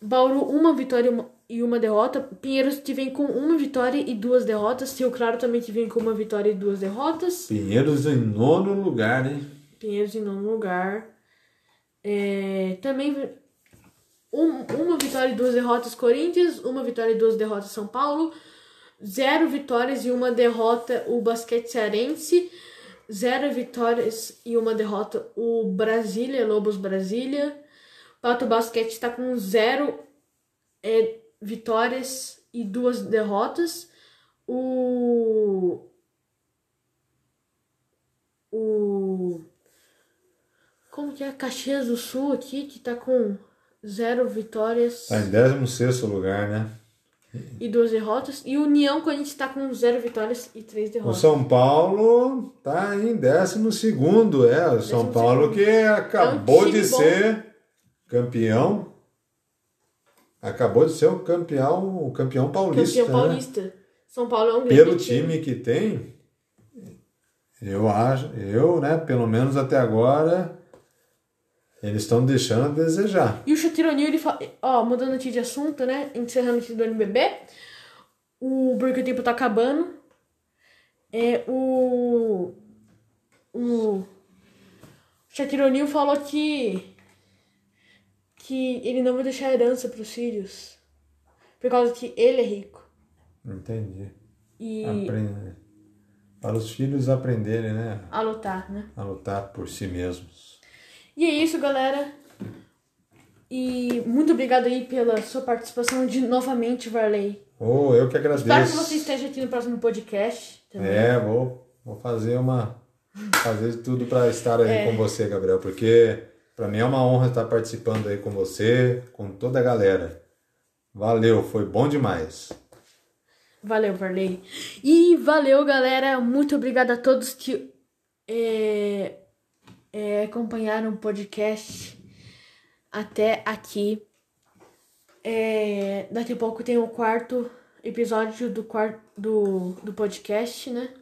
[SPEAKER 1] Bauru, uma vitória e uma- e uma derrota. Pinheiros que vem com uma vitória e duas derrotas. Rio Claro também que vem com uma vitória e duas derrotas.
[SPEAKER 2] Pinheiros em nono lugar, hein?
[SPEAKER 1] Pinheiros em nono lugar. É, também vi- um- uma vitória e duas derrotas Corinthians, uma vitória e duas derrotas São Paulo, zero vitórias e uma derrota o Basquete Cearense, zero vitórias e uma derrota o Brasília, Lobos tá Brasília. Pato Basquete está com zero é, vitórias e duas derrotas. O. O. Como que é? Caxias do Sul aqui, que tá com zero vitórias
[SPEAKER 2] Tá em 16 lugar, né?
[SPEAKER 1] e duas derrotas. E União com a gente tá com zero vitórias e três
[SPEAKER 2] O
[SPEAKER 1] derrotas.
[SPEAKER 2] São Paulo tá em 12, é. O São
[SPEAKER 1] Décimo
[SPEAKER 2] Paulo
[SPEAKER 1] segundo. É um
[SPEAKER 2] que acabou
[SPEAKER 1] time
[SPEAKER 2] de
[SPEAKER 1] bom.
[SPEAKER 2] ser campeão. Acabou de ser o campeão, o campeão paulista.
[SPEAKER 1] Campeão
[SPEAKER 2] né?
[SPEAKER 1] paulista. São Paulo é um grande
[SPEAKER 2] Pelo time que tem, eu acho, eu, né, pelo menos até agora, eles estão deixando a desejar.
[SPEAKER 1] E o Chatironil, ele fala. Ó, mudando aqui de assunto, né? Encerrando aqui do NBB. O Porque o Tempo tá acabando. É o. O. Chatironil falou que. Que ele não vai deixar herança pros filhos. Por causa que ele é rico.
[SPEAKER 2] Entendi.
[SPEAKER 1] E.
[SPEAKER 2] Ah, Aprende. Para os filhos aprenderem, né,
[SPEAKER 1] A lutar, né?
[SPEAKER 2] a lutar por si mesmos.
[SPEAKER 1] E é isso, galera. E muito obrigado aí pela sua participação de novamente, Varley.
[SPEAKER 2] Oh, eu que agradeço.
[SPEAKER 1] Espero que você esteja aqui no próximo podcast. tá? também.
[SPEAKER 2] É, vou, vou fazer uma. Fazer de tudo para estar aí com você, Gabriel, porque para mim é uma honra estar participando aí com você, com toda a galera. Valeu, foi bom demais.
[SPEAKER 1] Valeu, Varley. E valeu, galera. Muito obrigado a todos que é, é, acompanharam o podcast até aqui. É, daqui a pouco tem o quarto episódio do, quar- do, do podcast, né?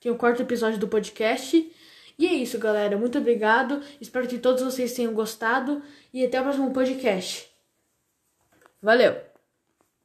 [SPEAKER 1] Tem o quarto episódio do podcast. E é isso, galera. Muito obrigado. Espero que todos vocês tenham gostado. E até o próximo podcast. Valeu!